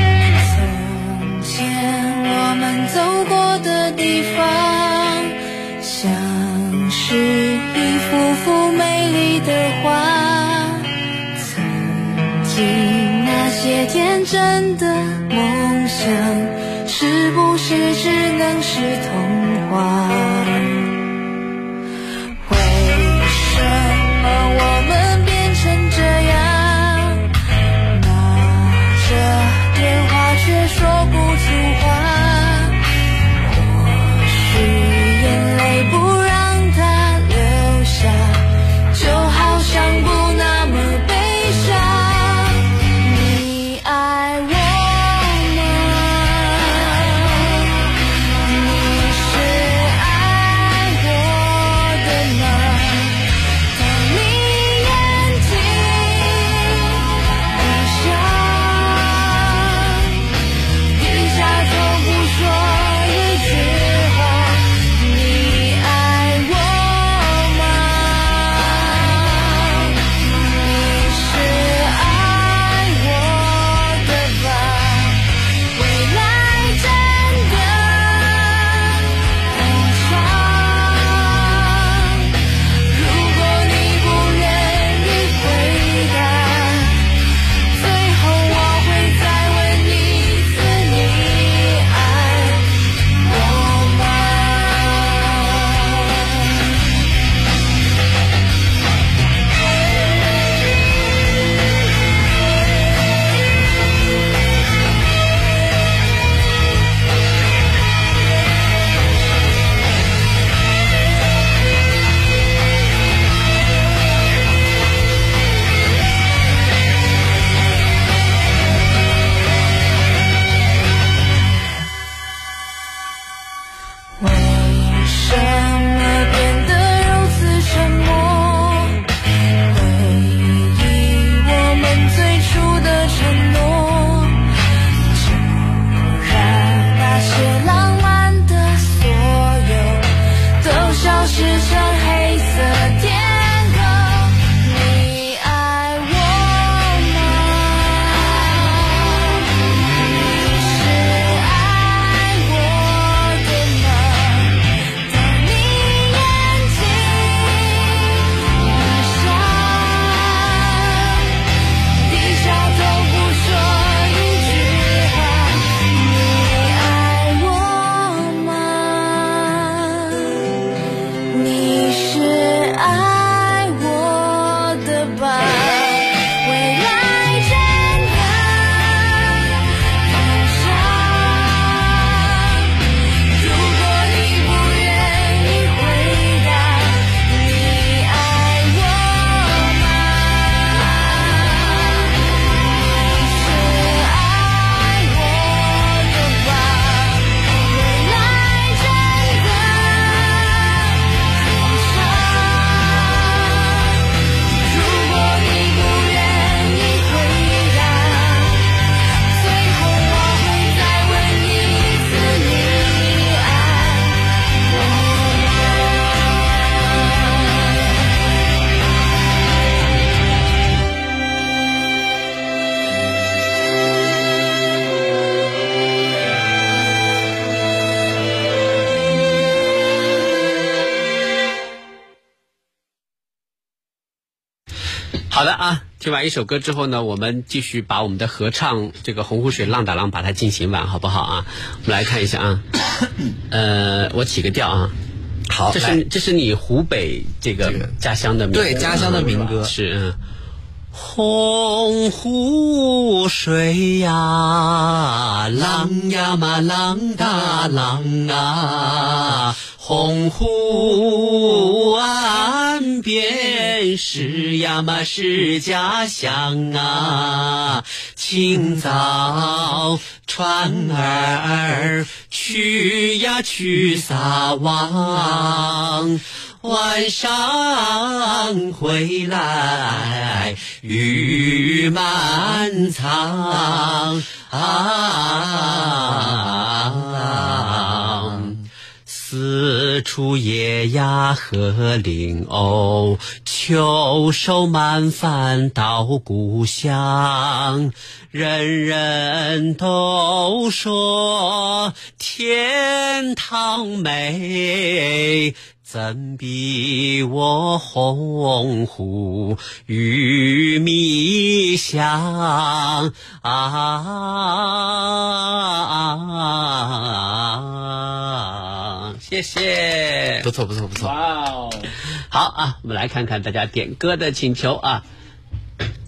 Speaker 1: 从前我们走过的地方，像是一幅幅美丽的画。曾经那些天真的梦想，是不是只能是童话？为什么我们变成这样？
Speaker 2: 好的啊，听完一首歌之后呢，我们继续把我们的合唱这个《洪湖水浪打浪》把它进行完，好不好啊？我们来看一下啊，呃，我起个调啊。
Speaker 3: 好
Speaker 2: 这
Speaker 3: 来
Speaker 2: 是这是你湖北这个家乡的民歌
Speaker 3: 对家乡的民歌
Speaker 2: 是嗯。洪湖水呀，浪呀嘛浪哒浪啊，洪湖岸边是呀嘛是家乡啊，清早船儿去呀去撒网。晚上回来，雨满仓。四处野鸭和林鸥，秋收满帆到故乡。人人都说天堂美，怎比我洪湖与米香啊！谢谢
Speaker 3: 不。错不错不错，
Speaker 2: 哇哦！好啊，我们来看看大家点歌的请求啊。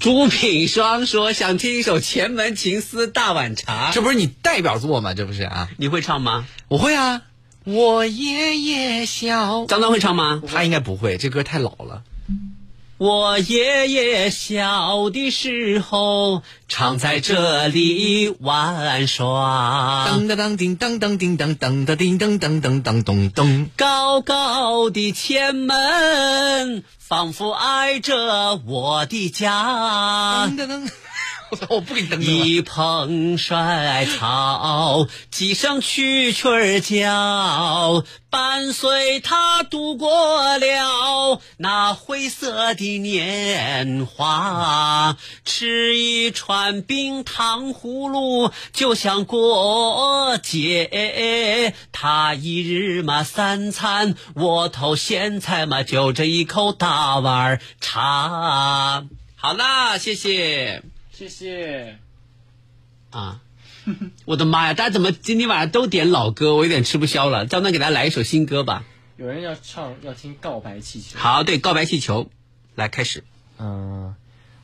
Speaker 2: 朱品双说想听一首《前门情思大碗茶》，
Speaker 3: 这不是你代表作吗？这不是啊？
Speaker 2: 你会唱吗？
Speaker 3: 我会啊，我爷爷小，
Speaker 2: 张张会唱吗？
Speaker 3: 他应该不会，这歌太老了。
Speaker 2: 我爷爷小的时候常在这里玩耍，
Speaker 3: 当当当叮当当叮当当当叮当当当当咚咚。
Speaker 2: 高高的前门仿佛挨着我的家
Speaker 3: 当。当当， 我操！我不啊给你登了。
Speaker 2: 一蓬衰草，几声蛐蛐儿叫，伴随他度过了那灰色的年华。吃一串冰糖葫芦，就像过节。他一日嘛三餐，窝头咸菜嘛就这一口大碗儿茶。好啦，谢谢。啊！我的妈呀，大家怎么今天晚上都点老歌？我有点吃不消了。张丹给大家来一首新歌吧。
Speaker 4: 有人要唱要听《告白气球》。
Speaker 2: 好，对，《告白气球》，来开始。
Speaker 4: 嗯，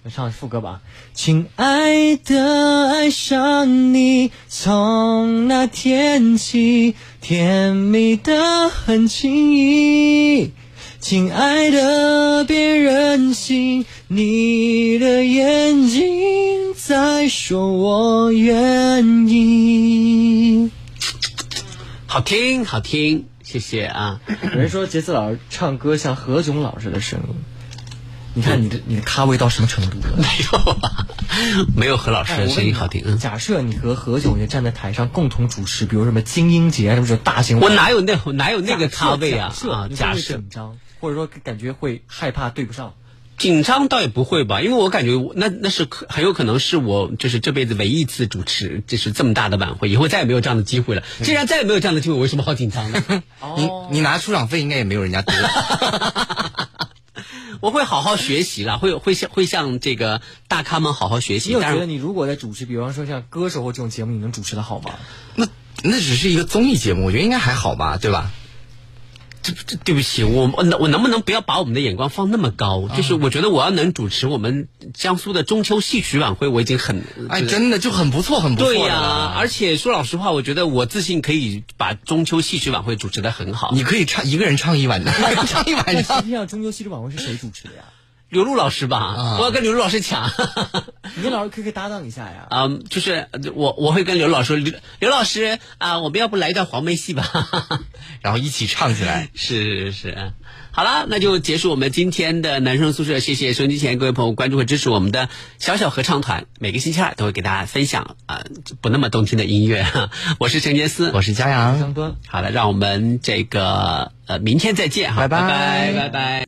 Speaker 4: 我唱副歌吧。亲爱的，爱上你，从那天起，甜蜜的很轻易。亲爱的，别任性，你的眼睛在说我愿意。
Speaker 2: 好听，好听，谢谢啊！
Speaker 4: 有人说杰斯老师唱歌像何炅老师的声音，你看你的你的咖位到什么程度了？
Speaker 2: 没有啊，没有何老师
Speaker 4: 哎
Speaker 2: 的
Speaker 4: 我
Speaker 2: 声
Speaker 4: 问你
Speaker 2: 音
Speaker 4: 啊
Speaker 2: 好听。嗯，
Speaker 4: 假设你和何炅也站在台上共同主持，比如什么金鹰节什么这种大型，
Speaker 2: 我哪有那我哪有那个
Speaker 4: 假设
Speaker 2: 咖位 啊
Speaker 4: 假？设
Speaker 2: 啊，
Speaker 4: 你会不
Speaker 2: 假
Speaker 4: 会
Speaker 2: 设
Speaker 4: 紧张，或者说感觉会害怕对不上。
Speaker 2: 紧张倒也不会吧，因为我感觉我那那是可很有可能是我就是这辈子唯一一次主持就是这么大的晚会，以后再也没有这样的机会了。既然再也没有这样的机会，我有什么好紧张的？
Speaker 3: 你你拿出场费应该也没有人家 多。
Speaker 2: 我会好好学习啦，会会向会向这个大咖们好好学
Speaker 4: 你
Speaker 2: 习。
Speaker 4: 有
Speaker 2: 哎但
Speaker 4: 觉
Speaker 2: 是
Speaker 4: 得你如果在主持，比方说像歌手或这种节目，你能主持的好吗？
Speaker 3: 那那只是一个综艺节目，我觉得应该还好吧，对吧？
Speaker 2: 这这对不起，我我能我能不能不要把我们的眼光放那么高？就是
Speaker 3: 嗯
Speaker 2: 我觉得我要能主持我们江苏的中秋戏曲晚会，我已经很
Speaker 3: 哎，真的就很不错，很不错
Speaker 2: 对
Speaker 3: 的
Speaker 2: 呀、
Speaker 3: 了
Speaker 2: 而且说老实话，我觉得我自信可以把中秋戏曲晚会主持的很好。
Speaker 3: 你可以唱一个人唱一晚的， 唱
Speaker 2: 哎
Speaker 3: 一晚
Speaker 4: 但
Speaker 3: 上
Speaker 4: 实。际上，中秋戏曲晚会是谁主持的呀？
Speaker 2: 刘璐老师吧，
Speaker 3: 啊
Speaker 2: 我要跟刘璐老师 抢。
Speaker 4: 你跟老师 QQ 搭档一下呀。
Speaker 2: 嗯，就是呃我我会跟刘老师说，刘刘老师啊，我们要不来一段黄梅戏吧？
Speaker 3: 然后一起唱起来。
Speaker 2: 是是是，好了，那就结束我们今天的男生宿舍。谢谢收音机前各位朋友关注和支持我们的小小合唱团，每个星期二都会给大家分享啊、不那么动听的音乐。 我是陈杰斯，
Speaker 3: 我是佳阳，
Speaker 4: 张端。
Speaker 2: 好了，让我们这个呃明天再见哈，
Speaker 3: 拜拜
Speaker 2: 拜拜拜拜。